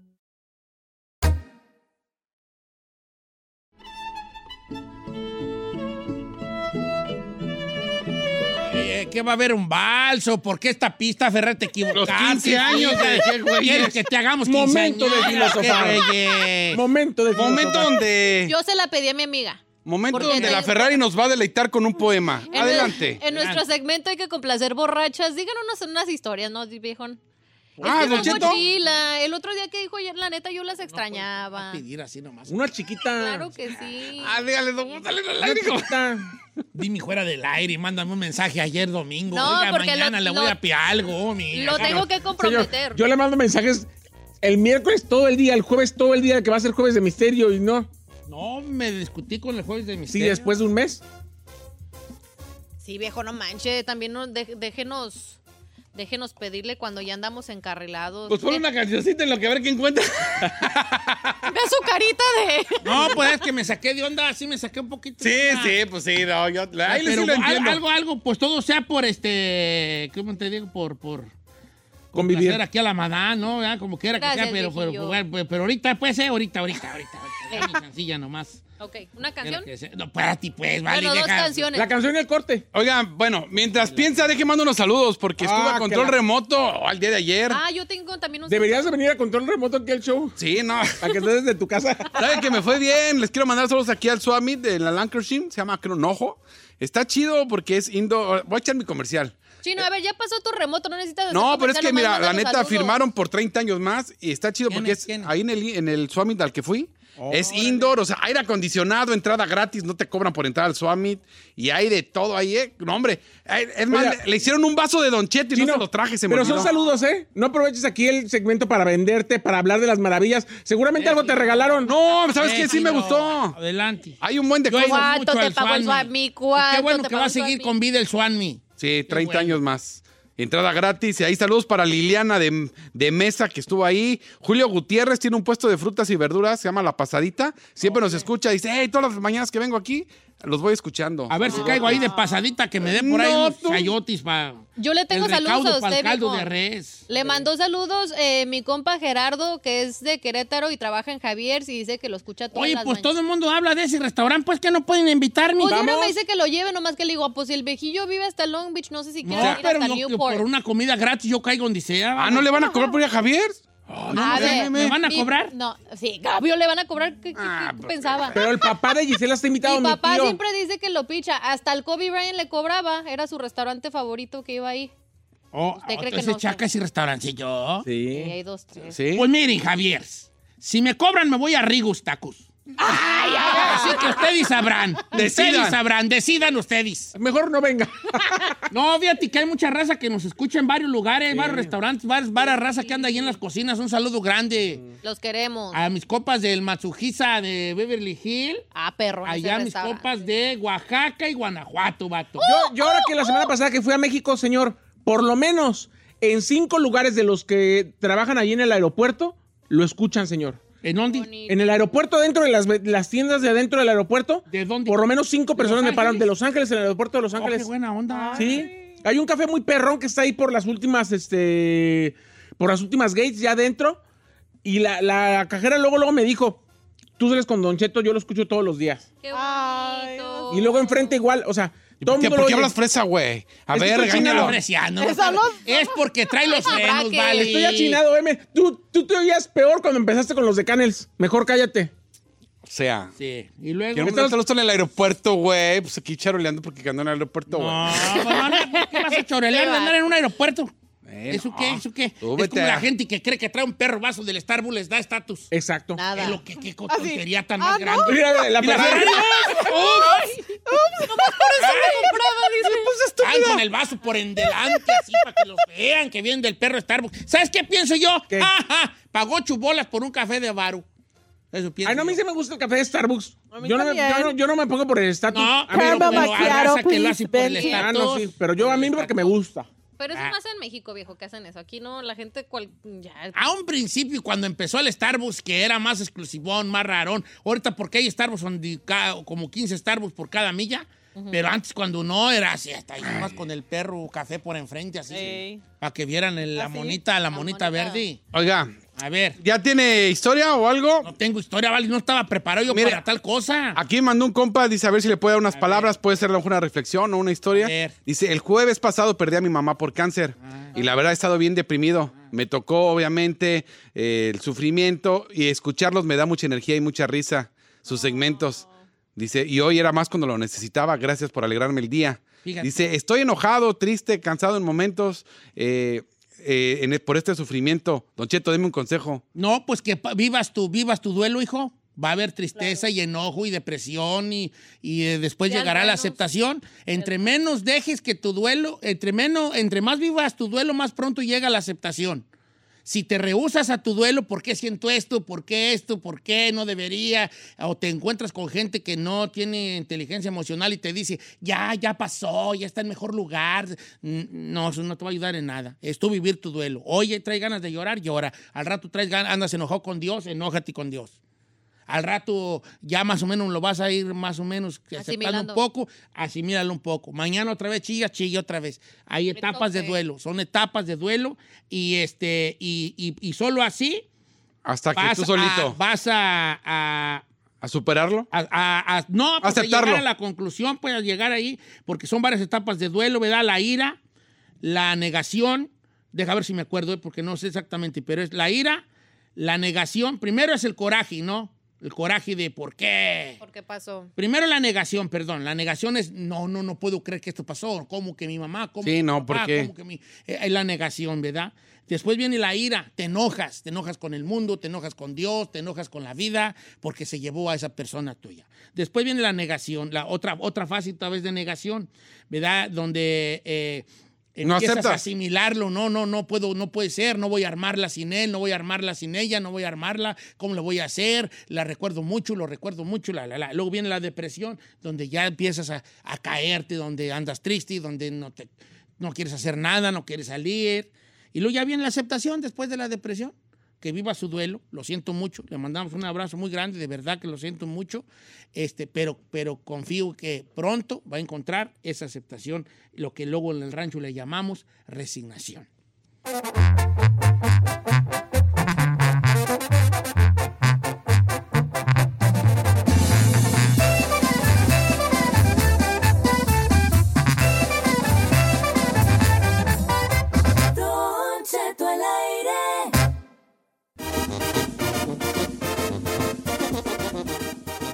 [SPEAKER 2] Eh, ¿Qué va a haber un balso? ¿Por qué esta pista, Ferrer, te equivocaste?
[SPEAKER 7] 15 años de aquel güey.
[SPEAKER 2] Quieres que te hagamos
[SPEAKER 7] Momento de
[SPEAKER 2] quinceañeras,
[SPEAKER 7] filosofar.
[SPEAKER 2] qué güeyes.
[SPEAKER 3] Momento de
[SPEAKER 5] Momento donde,
[SPEAKER 4] Yo se la pedí a mi amiga.
[SPEAKER 5] momento
[SPEAKER 4] Porque
[SPEAKER 5] donde
[SPEAKER 4] no-
[SPEAKER 5] la Ferrari nos va a deleitar con un poema.
[SPEAKER 4] En el-
[SPEAKER 5] Adelante.
[SPEAKER 4] en nuestro segmento hay que complacer borrachas. Díganos unas historias, ¿no, viejón? Es
[SPEAKER 5] Ah,
[SPEAKER 4] que
[SPEAKER 5] Don
[SPEAKER 4] la
[SPEAKER 5] Cheto.
[SPEAKER 4] mochila. El otro día que dijo ayer, la neta, yo las extrañaba.
[SPEAKER 2] Pedir así nomás.
[SPEAKER 3] Una chiquita.
[SPEAKER 4] Claro que sí.
[SPEAKER 5] Ah, dígale, don Juan, dale la
[SPEAKER 3] Una
[SPEAKER 5] lágrima.
[SPEAKER 3] chiquita.
[SPEAKER 2] Dime fuera del aire y mándame un mensaje ayer domingo.
[SPEAKER 4] No,
[SPEAKER 2] Oiga,
[SPEAKER 4] porque
[SPEAKER 2] mañana
[SPEAKER 4] lo-
[SPEAKER 2] le voy
[SPEAKER 4] lo-
[SPEAKER 2] a piar algo, mi.
[SPEAKER 4] Lo tengo que
[SPEAKER 3] Señor,
[SPEAKER 4] comprometer.
[SPEAKER 3] yo le mando mensajes el miércoles todo el día, el jueves todo el día, que va a ser jueves de misterio y no.
[SPEAKER 2] No, me discutí con el jueves de
[SPEAKER 3] Sí,
[SPEAKER 2] misterio.
[SPEAKER 3] después de un mes.
[SPEAKER 4] Sí, viejo, no manche. También no, dej- déjenos, déjenos pedirle cuando ya andamos encarrilados.
[SPEAKER 7] Pues pon
[SPEAKER 4] Eh,
[SPEAKER 7] una cancioncita en lo que a ver quién cuenta.
[SPEAKER 4] Ve su carita de...
[SPEAKER 2] No, pues es que me saqué de onda, sí me saqué un poquito.
[SPEAKER 5] Sí,
[SPEAKER 2] de onda.
[SPEAKER 5] sí, pues sí, no, yo ahí sí
[SPEAKER 2] Pero
[SPEAKER 5] lo
[SPEAKER 2] al-
[SPEAKER 5] entiendo.
[SPEAKER 2] Algo, algo, pues todo sea por este, ¿cómo te digo? Por, por
[SPEAKER 3] Convivir.
[SPEAKER 2] hacer aquí a la madá, ¿no? Ya, Como quiera que
[SPEAKER 4] Gracias,
[SPEAKER 2] sea, pero, pero,
[SPEAKER 4] viejillo.
[SPEAKER 2] pero- pero- pero ahorita, pues, eh, ahorita, ahorita, ahorita, ahorita. Dame sencilla nomás.
[SPEAKER 4] Ok, ¿una canción?
[SPEAKER 2] Que sea- No, para ti, pues, vale.
[SPEAKER 4] Bueno, dos
[SPEAKER 2] deja-
[SPEAKER 4] canciones.
[SPEAKER 3] La canción y el corte.
[SPEAKER 5] Oigan, bueno, mientras piensa, deje mando unos saludos porque estuvo
[SPEAKER 3] Ah,
[SPEAKER 5] a control
[SPEAKER 3] que la-
[SPEAKER 5] remoto al día de ayer.
[SPEAKER 4] Ah, yo tengo también un...
[SPEAKER 3] Deberías de venir a control remoto aquí al show.
[SPEAKER 5] Sí, no.
[SPEAKER 3] Para que estés desde tu casa.
[SPEAKER 5] ¿Saben que me fue bien? Les quiero mandar saludos aquí al Summit de la Lancashire. Se llama Cronojo. Está chido porque es indo. Voy a echar mi comercial.
[SPEAKER 4] Chino, a ver, ya pasó tu remoto, no necesitas... hacer
[SPEAKER 5] No, pero es
[SPEAKER 4] comercial,
[SPEAKER 5] que
[SPEAKER 4] nomás
[SPEAKER 5] mira, la
[SPEAKER 4] mándanos
[SPEAKER 5] neta
[SPEAKER 4] saludos.
[SPEAKER 5] firmaron por 30 años más y está chido
[SPEAKER 2] ¿Quién
[SPEAKER 5] porque
[SPEAKER 2] es?
[SPEAKER 5] es
[SPEAKER 2] ¿Quién?
[SPEAKER 5] ahí en el, en el Summit al que fui. Es indoor, o sea, aire acondicionado, entrada gratis, no te cobran por entrar al Summit y hay de todo ahí, ¿eh? No, hombre, ay, es más,
[SPEAKER 3] Oiga.
[SPEAKER 5] le, le hicieron un vaso de Don Cheto y
[SPEAKER 3] Sí,
[SPEAKER 5] no se lo traje, se me
[SPEAKER 3] Pero
[SPEAKER 5] olvidó.
[SPEAKER 3] son saludos, ¿eh? No aproveches aquí el segmento para venderte, para hablar de las maravillas. Seguramente algo te regalaron.
[SPEAKER 5] No, ¿sabes qué? Sí me
[SPEAKER 2] Déjalo.
[SPEAKER 5] gustó.
[SPEAKER 2] Adelante.
[SPEAKER 5] Hay un buen de
[SPEAKER 2] Yo he ido
[SPEAKER 5] cosas.
[SPEAKER 4] ¿Cuánto
[SPEAKER 2] mucho
[SPEAKER 4] te
[SPEAKER 2] al
[SPEAKER 4] pagó
[SPEAKER 2] Swami.
[SPEAKER 4] el Swami?
[SPEAKER 2] Y Qué
[SPEAKER 4] ¿Cuánto
[SPEAKER 2] bueno
[SPEAKER 4] te
[SPEAKER 2] que
[SPEAKER 4] pagó
[SPEAKER 2] va a
[SPEAKER 4] el
[SPEAKER 2] seguir
[SPEAKER 4] Swami?
[SPEAKER 2] con vida el Swanmi.
[SPEAKER 5] Sí, 30
[SPEAKER 2] bueno.
[SPEAKER 5] años más. Entrada gratis. Y ahí saludos para Liliana de, de Mesa, que estuvo ahí. Julio Gutiérrez tiene un puesto de frutas y verduras, se llama La Pasadita. Siempre nos escucha. Dice, hey, todas las mañanas que vengo aquí, los voy escuchando.
[SPEAKER 2] A ver si caigo ahí de pasadita que me dé por ahí
[SPEAKER 5] No,
[SPEAKER 2] unos
[SPEAKER 5] tú.
[SPEAKER 2] chayotis para.
[SPEAKER 4] Yo le tengo
[SPEAKER 2] el
[SPEAKER 4] saludos
[SPEAKER 2] recaudo
[SPEAKER 4] a
[SPEAKER 2] pa'l
[SPEAKER 4] usted,
[SPEAKER 2] caldo
[SPEAKER 4] viejo.
[SPEAKER 2] de res.
[SPEAKER 4] Le mandó saludos eh, mi compa Gerardo, que es de Querétaro y trabaja en Javier, y dice que lo escucha todas
[SPEAKER 2] Oye,
[SPEAKER 4] las
[SPEAKER 2] pues
[SPEAKER 4] mañanas.
[SPEAKER 2] todo el mundo habla de ese restaurante, pues que no pueden invitarme.
[SPEAKER 4] Pues yo no me dice que lo lleve, nomás que le digo, ah, pues si el viejillo vive hasta Long Beach, no sé si
[SPEAKER 2] No,
[SPEAKER 4] quiere ir
[SPEAKER 2] pero
[SPEAKER 4] hasta
[SPEAKER 2] no, que
[SPEAKER 4] Newport.
[SPEAKER 2] por una comida gratis yo caigo donde sea.
[SPEAKER 5] Ah, ¿no le van a cobrar por ir a Javier? Ay,
[SPEAKER 4] A
[SPEAKER 5] no,
[SPEAKER 4] ver,
[SPEAKER 5] espérame.
[SPEAKER 2] ¿me van a
[SPEAKER 4] mi-
[SPEAKER 2] cobrar? Ah, pues,
[SPEAKER 4] No, sí, Gabio le van a cobrar. ¿Qué, qué- qué pensaba?
[SPEAKER 3] Pero el papá de Gisela está invitado.
[SPEAKER 4] Mi papá
[SPEAKER 3] tío.
[SPEAKER 4] siempre dice que lo picha. Hasta el Kobe Bryant le cobraba. Era su restaurante favorito que iba ahí.
[SPEAKER 2] Oh,
[SPEAKER 4] ¿Usted cree que
[SPEAKER 2] ese
[SPEAKER 4] no,
[SPEAKER 2] chaca ese restaurancillo.
[SPEAKER 4] Y
[SPEAKER 3] Sí.
[SPEAKER 4] hay dos, tres.
[SPEAKER 5] Sí.
[SPEAKER 2] Pues miren, Javier, si me cobran me voy a Rigus Tacos. Así que ustedes sabrán. Ustedes
[SPEAKER 5] Decidan.
[SPEAKER 2] sabrán, decidan ustedes.
[SPEAKER 3] Mejor no venga.
[SPEAKER 2] No, fíjate que hay mucha raza que nos escucha en varios lugares, varios restaurantes, varias, varias raza que anda ahí en las cocinas. Un saludo grande
[SPEAKER 4] Los queremos.
[SPEAKER 2] a mis copas del Matsuhisa de Beverly Hill.
[SPEAKER 4] Ah, perro. Mm. ese
[SPEAKER 2] Allá mis
[SPEAKER 4] restaurante.
[SPEAKER 2] copas de Oaxaca y Guanajuato, vato.
[SPEAKER 3] Yo, yo ahora que la semana pasada que fui a México, señor, por lo menos en cinco lugares de los que trabajan allí en el aeropuerto, lo escuchan, señor.
[SPEAKER 2] ¿En dónde?
[SPEAKER 4] Bonito.
[SPEAKER 3] En el aeropuerto, dentro de las, ve- las tiendas de adentro del aeropuerto,
[SPEAKER 2] ¿De dónde?
[SPEAKER 3] por lo menos cinco
[SPEAKER 2] ¿De
[SPEAKER 3] personas
[SPEAKER 2] Los
[SPEAKER 3] me pararon.
[SPEAKER 2] Ángeles?
[SPEAKER 3] De Los Ángeles, en el aeropuerto de Los
[SPEAKER 2] Oh, qué
[SPEAKER 3] Ángeles.
[SPEAKER 2] buena onda.
[SPEAKER 3] Sí. Hay un café muy perrón que está ahí por las últimas, este, por las últimas gates ya adentro. Y la, la cajera luego, luego me dijo, tú sales con Don Cheto, yo lo escucho todos los días.
[SPEAKER 4] Qué
[SPEAKER 11] Ay,
[SPEAKER 4] bonito.
[SPEAKER 3] Y luego enfrente igual, o sea, todo
[SPEAKER 5] ¿Por qué,
[SPEAKER 3] mundo
[SPEAKER 5] por
[SPEAKER 3] lo
[SPEAKER 5] qué
[SPEAKER 3] oye.
[SPEAKER 5] hablas fresa, güey? A
[SPEAKER 3] Es que
[SPEAKER 5] ver,
[SPEAKER 3] estoy
[SPEAKER 5] regáñalo.
[SPEAKER 3] chinado.
[SPEAKER 2] Apreciando,
[SPEAKER 11] Esa
[SPEAKER 2] no,
[SPEAKER 11] no-
[SPEAKER 2] Es porque trae los frenos,
[SPEAKER 4] Braque.
[SPEAKER 2] vale.
[SPEAKER 3] Estoy achinado, M. Tú, tú te oías peor cuando empezaste con los de Canels. Mejor cállate.
[SPEAKER 5] O sea,
[SPEAKER 2] Sí. Y luego.
[SPEAKER 5] quiero mandar saludos en el aeropuerto, güey. Pues aquí charoleando porque ando en el aeropuerto, güey.
[SPEAKER 2] No, pues, no, no, ¿por ¿qué vas a chorelar de andar en un aeropuerto? ¿Eso qué? ¿Eso qué?
[SPEAKER 7] Tú
[SPEAKER 2] es
[SPEAKER 7] vete
[SPEAKER 2] como
[SPEAKER 7] a-
[SPEAKER 2] la gente que cree que trae un perro vaso del Starbucks les da estatus.
[SPEAKER 3] Exacto.
[SPEAKER 2] Es lo que, qué tontería tan
[SPEAKER 3] Ah,
[SPEAKER 2] más
[SPEAKER 3] ¿no?
[SPEAKER 2] grande.
[SPEAKER 3] Mira, la
[SPEAKER 2] Y la
[SPEAKER 3] Ferrari.
[SPEAKER 2] Ferrari.
[SPEAKER 11] Ups. Ups, nomás pues por eso me compraba, dice.
[SPEAKER 2] Ay, con el vaso por en delante, así, para que los vean que vienen del perro Starbucks. ¿Sabes qué pienso yo? Ajá, pagó chubolas por un café de avaro. Eso pienso
[SPEAKER 3] Ay, no, a mí sí me gusta el café de Starbucks. Yo no, me,
[SPEAKER 2] también.
[SPEAKER 3] yo, no, yo no me pongo por el estatus.
[SPEAKER 2] No,
[SPEAKER 3] A mí
[SPEAKER 2] Caramel
[SPEAKER 3] pero
[SPEAKER 2] macchiato,
[SPEAKER 3] hay raza
[SPEAKER 2] please,
[SPEAKER 4] Benji.
[SPEAKER 3] Ah, no, sí, pero yo a mí porque me gusta.
[SPEAKER 4] Pero eso
[SPEAKER 2] Ah.
[SPEAKER 4] es más en México, viejo, que hacen eso. Aquí no, la gente cual... Ya.
[SPEAKER 14] Ah.
[SPEAKER 2] A un principio, cuando empezó el Starbucks, que era más exclusivón, más rarón. Ahorita, porque hay Starbucks, donde ca- como 15 Starbucks por cada milla.
[SPEAKER 4] Ujú.
[SPEAKER 2] Pero antes, cuando no, era así, hasta ahí nomás con el perro café por enfrente, así. Para que vieran el- la monita, la monita verde.
[SPEAKER 5] Oiga,
[SPEAKER 2] a ver.
[SPEAKER 5] ¿Ya tiene historia o algo? No
[SPEAKER 2] tengo historia, vale, no estaba preparado yo para tal cosa.
[SPEAKER 5] Aquí mandó un compa, dice, a ver si le puede dar unas palabras, puede ser a lo mejor una reflexión o una historia. Dice, el jueves pasado perdí a mi mamá por cáncer y la verdad he estado bien deprimido. Me tocó, obviamente, eh, el sufrimiento y escucharlos me da mucha energía y mucha risa, sus segmentos. Dice, y hoy era más cuando lo necesitaba, gracias por alegrarme el día.
[SPEAKER 2] Fíjate.
[SPEAKER 5] Dice, estoy enojado, triste, cansado en momentos eh, eh, en- por este sufrimiento. Don Cheto, deme un consejo.
[SPEAKER 2] No, pues que pa- vivas tu, vivas tu duelo, hijo. Va a haber tristeza y enojo y depresión y, y, eh, después
[SPEAKER 5] Ya al
[SPEAKER 2] llegará la
[SPEAKER 5] menos.
[SPEAKER 2] aceptación. Entre menos dejes que tu duelo, entre menos, entre más vivas tu duelo, más pronto llega la aceptación. Si te rehusas a tu duelo, ¿por qué siento esto? ¿Por qué esto? ¿Por qué no debería? O te encuentras con gente que no tiene inteligencia emocional y te dice, ya, ya pasó, ya está en mejor lugar. N- No, eso no te va a ayudar en nada. Es tú vivir tu duelo. Oye, traes ganas de llorar, llora. Al rato traes ganas, andas enojado con Dios, enójate con Dios. Al rato ya más o menos lo vas a ir más o menos aceptando un
[SPEAKER 4] Asimilando.
[SPEAKER 2] poco, asimílalo un poco. Mañana otra vez chilla, chilla otra vez. Hay etapas de duelo, son etapas de duelo y este y, y- y solo así
[SPEAKER 5] Hasta que
[SPEAKER 2] vas
[SPEAKER 5] tú solito.
[SPEAKER 2] a- vas a- a
[SPEAKER 5] ¿A superarlo?
[SPEAKER 2] a- a- no, pues, a
[SPEAKER 5] Aceptarlo.
[SPEAKER 2] llegar a la conclusión, pues a llegar ahí, porque son varias etapas de duelo, ¿verdad? La ira, la negación, deja ver si me acuerdo, eh, porque no sé exactamente, pero es la ira, la negación, primero es el coraje, ¿no? El coraje de por qué.
[SPEAKER 4] ¿Por qué pasó?
[SPEAKER 2] Primero la negación, perdón. La negación es, no, no, no puedo creer que esto pasó. ¿Cómo que mi mamá? ¿Cómo
[SPEAKER 5] Sí,
[SPEAKER 2] que mi
[SPEAKER 5] no, ¿por
[SPEAKER 2] papá?
[SPEAKER 5] qué?
[SPEAKER 2] ¿Cómo que mi- Eh, Es la negación, ¿verdad? Después viene la ira, te enojas, te enojas con el mundo, te enojas con Dios, te enojas con la vida, porque se llevó a esa persona tuya. Después viene la negación, la otra, otra fase tal vez de negación, ¿verdad? Donde eh,
[SPEAKER 5] No
[SPEAKER 2] empiezas a
[SPEAKER 5] aceptas.
[SPEAKER 2] asimilarlo, no, no, no puedo, no puede ser, no voy a armarla sin él, no voy a armarla sin ella, no voy a armarla, ¿cómo lo voy a hacer? La recuerdo mucho, lo recuerdo mucho, la, la, la. luego viene la depresión, donde ya empiezas a, a caerte, donde andas triste, donde no, te, no quieres hacer nada, no quieres salir, y luego ya viene la aceptación después de la depresión. Que viva su duelo, lo siento mucho, le mandamos un abrazo muy grande, de verdad que lo siento mucho, este, pero, pero confío que pronto va a encontrar esa aceptación, lo que luego en el rancho le llamamos resignación.
[SPEAKER 12] Don Cheto al aire.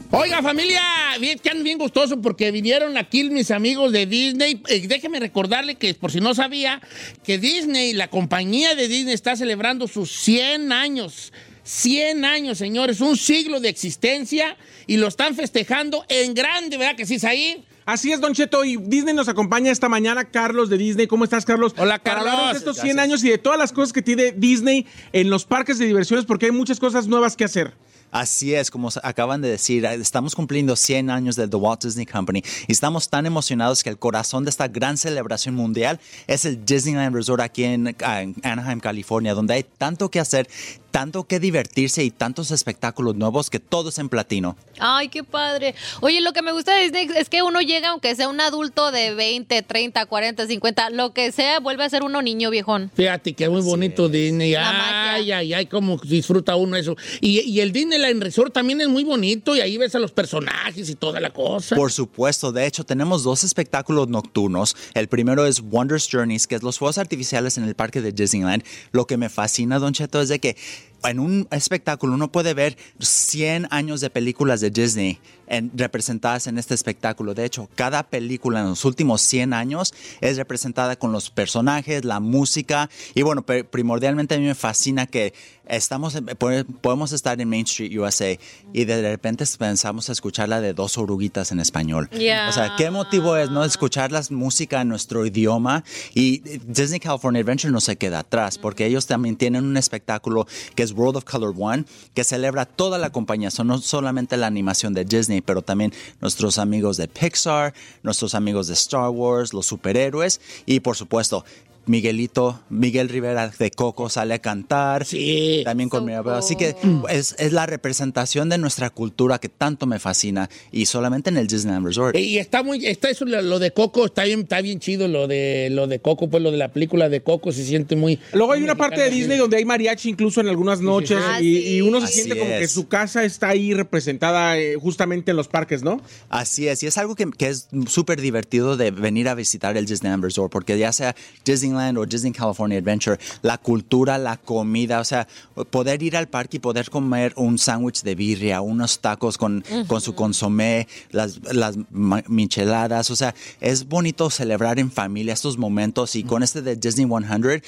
[SPEAKER 2] Oiga, familia, bien, que andan bien gustoso porque vinieron aquí mis amigos de Disney. Eh, déjeme recordarle que, por si no sabía, que Disney, la compañía de Disney, está celebrando sus 100 años. 100 años, señores, un siglo de existencia y lo están festejando en grande, ¿verdad que sí, Saí?
[SPEAKER 3] Así es, Don Cheto, y Disney nos acompaña esta mañana, Carlos de Disney. ¿Cómo estás, Carlos? Hola,
[SPEAKER 2] Carlos.
[SPEAKER 3] de estos 100 años y de todas las cosas que tiene Disney en los parques de diversiones, porque hay muchas cosas nuevas que hacer.
[SPEAKER 14] Así es, como se- acaban de decir, estamos cumpliendo 100 años de The Walt Disney Company y estamos tan emocionados que el corazón de esta gran celebración mundial es el Disneyland Resort aquí en, ah, en Anaheim, California, donde hay tanto que hacer, tanto que divertirse y tantos espectáculos nuevos que todos en platino.
[SPEAKER 4] Ay, qué padre. Oye, lo que me gusta de Disney es que uno llega, aunque sea un adulto de 20, 30, 40, 50, lo que sea, vuelve a ser uno niño viejón.
[SPEAKER 2] Fíjate que muy bonito Disney. Ay, ay, ay, cómo disfruta uno eso. Y, y el Disneyland Resort también es muy bonito y ahí ves a los personajes y toda la cosa.
[SPEAKER 14] Por supuesto, de hecho tenemos dos espectáculos nocturnos. El primero es Wondrous Journeys, que es los fuegos artificiales en el parque de Disneyland. Lo que me fascina, Don Cheto, es de que en un espectáculo uno puede ver 100 años de películas de Disney en- representadas en este espectáculo. De hecho, cada película en los últimos 100 años es representada con los personajes, la música. Y bueno, pe- primordialmente a mí me fascina que estamos, en- po- podemos estar en Main Street USA y de repente pensamos escuchar la de dos oruguitas en español.
[SPEAKER 4] Yeah.
[SPEAKER 14] O
[SPEAKER 2] Ah,
[SPEAKER 14] sea, ¿qué motivo es no escuchar la música en nuestro idioma? Y Disney California Adventure no se queda atrás porque ellos también tienen un espectáculo que es World of Color One que celebra toda la compañía, So, no solamente la animación de Disney, pero también nuestros amigos de Pixar, nuestros amigos de Star Wars, los superhéroes y por supuesto Miguelito, Miguel Rivera de Coco sale a cantar. Sí. También con Mirabel. Así que
[SPEAKER 4] Mm.
[SPEAKER 14] es, es la representación de nuestra cultura que tanto me fascina y solamente en el Disneyland Resort.
[SPEAKER 2] Y está muy, está eso, lo lo de Coco, está bien, está bien chido lo de lo de Coco, pues lo de la película de Coco se siente muy.
[SPEAKER 3] Luego hay una parte de Disney donde hay mariachi incluso en algunas noches
[SPEAKER 2] Ah,
[SPEAKER 3] y, y uno se
[SPEAKER 14] Así
[SPEAKER 3] siente como
[SPEAKER 14] es.
[SPEAKER 3] que su casa está ahí representada eh, justamente en los parques, ¿no?
[SPEAKER 14] Así es, y es algo que, que es súper divertido de venir a visitar el Disneyland Resort, porque ya sea Disneyland o Disney California Adventure, la cultura, la comida, o sea, poder ir al parque y poder comer un sándwich de birria, unos tacos con, con su consomé, las, las ma- micheladas, o sea, es bonito celebrar en familia estos momentos y con este de Disney 100,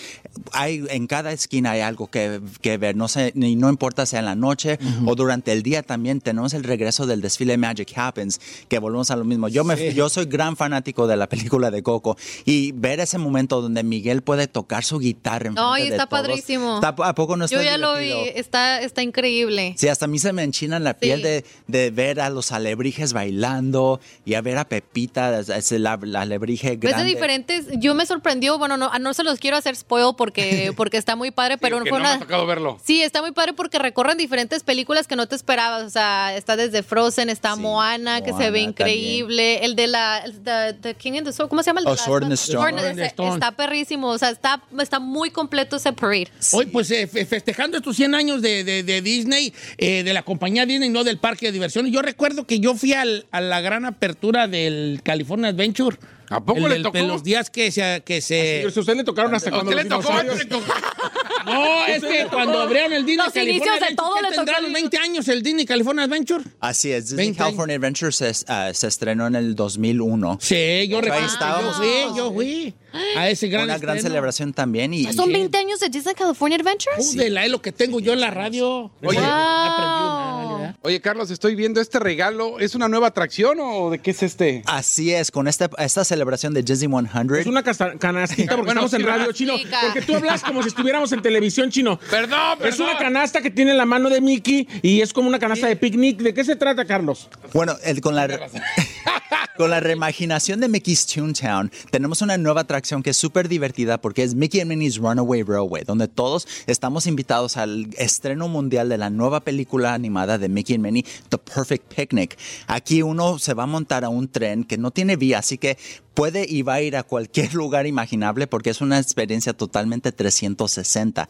[SPEAKER 14] hay, en cada esquina hay algo que, que ver, no, sé, ni- no importa sea en la noche o durante el día también, tenemos el regreso del desfile Magic Happens, que volvemos a lo mismo. Yo, me, yo soy gran fanático de la película de Coco y ver ese momento donde Miguel puede tocar su guitarra en
[SPEAKER 4] Ay,
[SPEAKER 14] frente de
[SPEAKER 4] está
[SPEAKER 14] todos,
[SPEAKER 4] padrísimo.
[SPEAKER 14] está- ¿A poco no está
[SPEAKER 4] Yo ya lo vi,
[SPEAKER 14] divertido?
[SPEAKER 4] está, está increíble.
[SPEAKER 14] Sí, hasta a mí se me enchina la piel de, de ver a los alebrijes bailando y a ver a Pepita, es el ab- alebrije
[SPEAKER 4] Ves
[SPEAKER 14] grande.
[SPEAKER 4] Pues de diferentes, yo me sorprendió, bueno, no, ah, no se los quiero hacer spoil porque, porque está muy padre, pero
[SPEAKER 5] Que
[SPEAKER 4] fue
[SPEAKER 5] no me ha
[SPEAKER 4] una-
[SPEAKER 5] tocado verlo.
[SPEAKER 4] Sí, está muy padre porque recorren diferentes películas que no te esperabas. O sea, está desde Frozen, está Moana, que se
[SPEAKER 14] Moana
[SPEAKER 4] ve increíble. El de la el de- The King in the Sword, ¿cómo se llama? El de
[SPEAKER 14] Oh,
[SPEAKER 4] la-
[SPEAKER 14] Sword in the Stone.
[SPEAKER 4] Sword in the-
[SPEAKER 2] Sword in the Stone.
[SPEAKER 4] Está perrísimo. O sea, está, está muy completo ese parade.
[SPEAKER 2] Hoy, pues, eh, fe- festejando estos 100 años de, de- de Disney, eh, de la compañía Disney, no del parque de diversiones. Yo recuerdo que yo fui al- a la gran apertura del California Adventure. ¿A
[SPEAKER 5] poco le tocó? Ah,
[SPEAKER 2] los días que se... Que se...
[SPEAKER 3] Si a usted le tocaron hasta cuando los
[SPEAKER 2] usted le tocó?
[SPEAKER 3] dinosaurios-
[SPEAKER 2] No, es
[SPEAKER 3] Usted le
[SPEAKER 2] que
[SPEAKER 3] tocó.
[SPEAKER 2] cuando abrieron el Disney
[SPEAKER 3] Los
[SPEAKER 2] California
[SPEAKER 3] inicios de
[SPEAKER 2] Adventure,
[SPEAKER 3] todo
[SPEAKER 2] ¿qué
[SPEAKER 3] le tocó
[SPEAKER 2] tendrá
[SPEAKER 3] al
[SPEAKER 2] los 20 años el Disney California Adventure?
[SPEAKER 14] Así es, Disney
[SPEAKER 2] 20
[SPEAKER 14] Ah, California Adventure se, es- ah, se estrenó en el 2001.
[SPEAKER 2] Sí, yo
[SPEAKER 14] Ahí
[SPEAKER 2] recuerdo.
[SPEAKER 14] estábamos.
[SPEAKER 2] Yo fui, yo fui a ese gran
[SPEAKER 14] Una gran
[SPEAKER 2] estreno.
[SPEAKER 14] celebración también. Y,
[SPEAKER 4] Ah, ¿Son 20 años de Disney California Adventures?
[SPEAKER 2] De la es lo que tengo yo en la radio.
[SPEAKER 5] Oye,
[SPEAKER 4] Wow.
[SPEAKER 5] Oye, Carlos, estoy viendo este regalo. ¿Es una nueva atracción o de qué es este?
[SPEAKER 14] Así es, con esta, esta celebración de Disney 100. Es
[SPEAKER 3] una canastita
[SPEAKER 14] porque
[SPEAKER 3] estamos en radio chino. Porque tú hablas como si estuviéramos en televisión chino.
[SPEAKER 5] Perdón,
[SPEAKER 3] Es una canasta que tiene la mano de Mickey y es como una canasta de picnic. ¿De qué se trata, Carlos?
[SPEAKER 14] Bueno, el- con la... Con la reimaginación de Mickey's Toontown, tenemos una nueva atracción que es súper divertida porque es Mickey and Minnie's Runaway Railway, donde todos estamos invitados al estreno mundial de la nueva película animada de Mickey and Minnie, The Perfect Picnic. Aquí uno se va a montar a un tren que no tiene vía, así que puede y va a ir a cualquier lugar imaginable porque es una experiencia totalmente 360.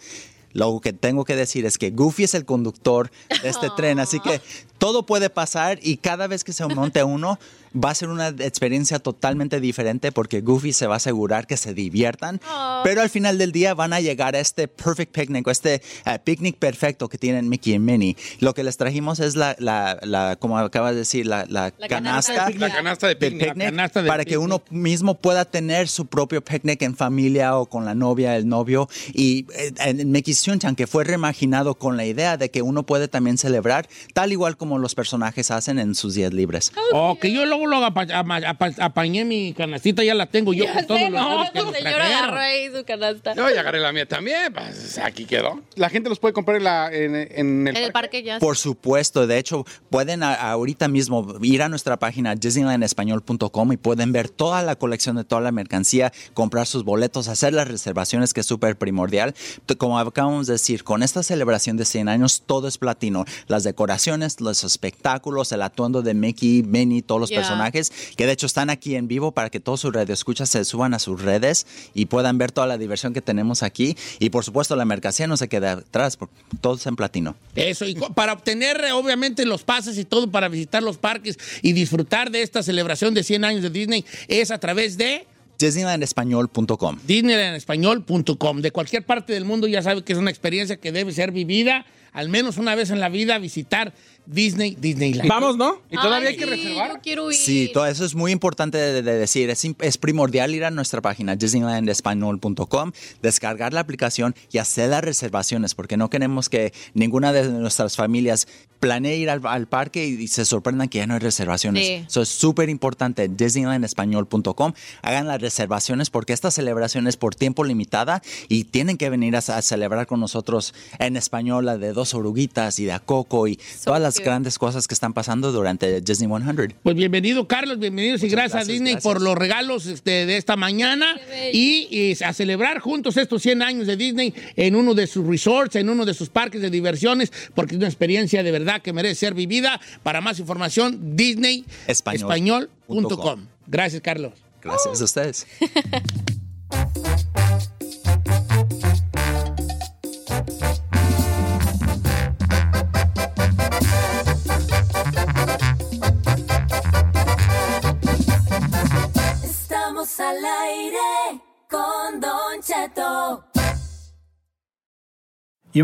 [SPEAKER 14] Lo que tengo que decir es que Goofy es el conductor de este tren, así que todo puede pasar y cada vez que se monte uno va a ser una experiencia totalmente diferente porque Goofy se va a asegurar que se diviertan, pero al final del día van a llegar a este perfect picnic, o este eh, picnic perfecto que tienen Mickey y Minnie. Lo que les trajimos es la, la, la- como acabas de decir, la, la
[SPEAKER 5] La canasta de
[SPEAKER 14] canasta,
[SPEAKER 5] picnic. La canasta de
[SPEAKER 14] del
[SPEAKER 5] picnic. La canasta de
[SPEAKER 14] para que
[SPEAKER 5] picnic.
[SPEAKER 14] uno mismo pueda tener su propio picnic en familia o con la novia, el novio. Y eh, en Mickey's Toontown, que fue reimaginado con la idea de que uno puede también celebrar, tal igual como los personajes hacen en sus días libres.
[SPEAKER 2] O que yo luego lo apa- ama- apa- apañé mi canastita, ya la tengo yo
[SPEAKER 4] Ya
[SPEAKER 2] con todos
[SPEAKER 4] sé,
[SPEAKER 2] los
[SPEAKER 4] no,
[SPEAKER 2] juegos que
[SPEAKER 4] esta
[SPEAKER 2] nos
[SPEAKER 4] señora
[SPEAKER 2] trajeron.
[SPEAKER 4] agarró ahí su canasta.
[SPEAKER 5] Yo ya agarré la mía también. pues, aquí quedó. La gente los puede comprar en, la- en- en el,
[SPEAKER 4] En el parque ya.
[SPEAKER 14] Por supuesto, de hecho, pueden a- ahorita mismo ir a nuestra página disneylandespañol.com y pueden ver toda la colección de toda la mercancía, comprar sus boletos, hacer las reservaciones, que es súper primordial. T- Como acabamos de decir, con esta celebración de 100 años, todo es platino. Las decoraciones, los espectáculos, el atuendo de Mickey, Minnie, todos los
[SPEAKER 4] Ya.
[SPEAKER 14] personajes, que de hecho están aquí en vivo para que todos sus radioescuchas se suban a sus redes y puedan ver toda la diversión que tenemos aquí. Y por supuesto, la mercancía no se queda atrás, por- todo es en platino.
[SPEAKER 2] Eso, y co- para obtener eh, obviamente los pases y todo para visitar los parques y disfrutar de esta celebración de 100 años de Disney es a través de
[SPEAKER 14] disneylandespañol.com.
[SPEAKER 2] DisneylandEspañol.com. De cualquier parte del mundo ya sabe que es una experiencia que debe ser vivida, al menos una vez en la vida, visitar Disney, Disneyland.
[SPEAKER 3] Vamos, ¿no?
[SPEAKER 2] Y todavía hay que
[SPEAKER 4] reservar. Yo quiero ir.
[SPEAKER 14] Sí, todo eso es muy importante de, de decir. Es, im- es primordial ir a nuestra página disneylandespañol.com, descargar la aplicación y hacer las reservaciones, porque no queremos que ninguna de nuestras familias planee ir al, al parque y, y se sorprendan que ya no hay reservaciones.
[SPEAKER 4] Sí.
[SPEAKER 14] Eso es súper importante. Disneylandespañol.com. Hagan las reservaciones porque esta celebración es por tiempo limitada y tienen que venir a, a celebrar con nosotros en español la de dos oruguitas y de a coco y todas las
[SPEAKER 2] cute.
[SPEAKER 14] grandes cosas que están pasando durante Disney 100.
[SPEAKER 2] Pues bienvenido, Carlos, bienvenidos y gracias, a Disney por los regalos este, de esta mañana y, y a celebrar juntos estos 100 años de Disney en uno de sus resorts, en uno de sus parques de diversiones, porque es una experiencia de verdad que merece ser vivida. Para más información,
[SPEAKER 14] Español.
[SPEAKER 2] disneyaespañol.com. Gracias, Carlos.
[SPEAKER 14] Gracias a ustedes.
[SPEAKER 12] Estamos al aire con Don Cheto.
[SPEAKER 1] You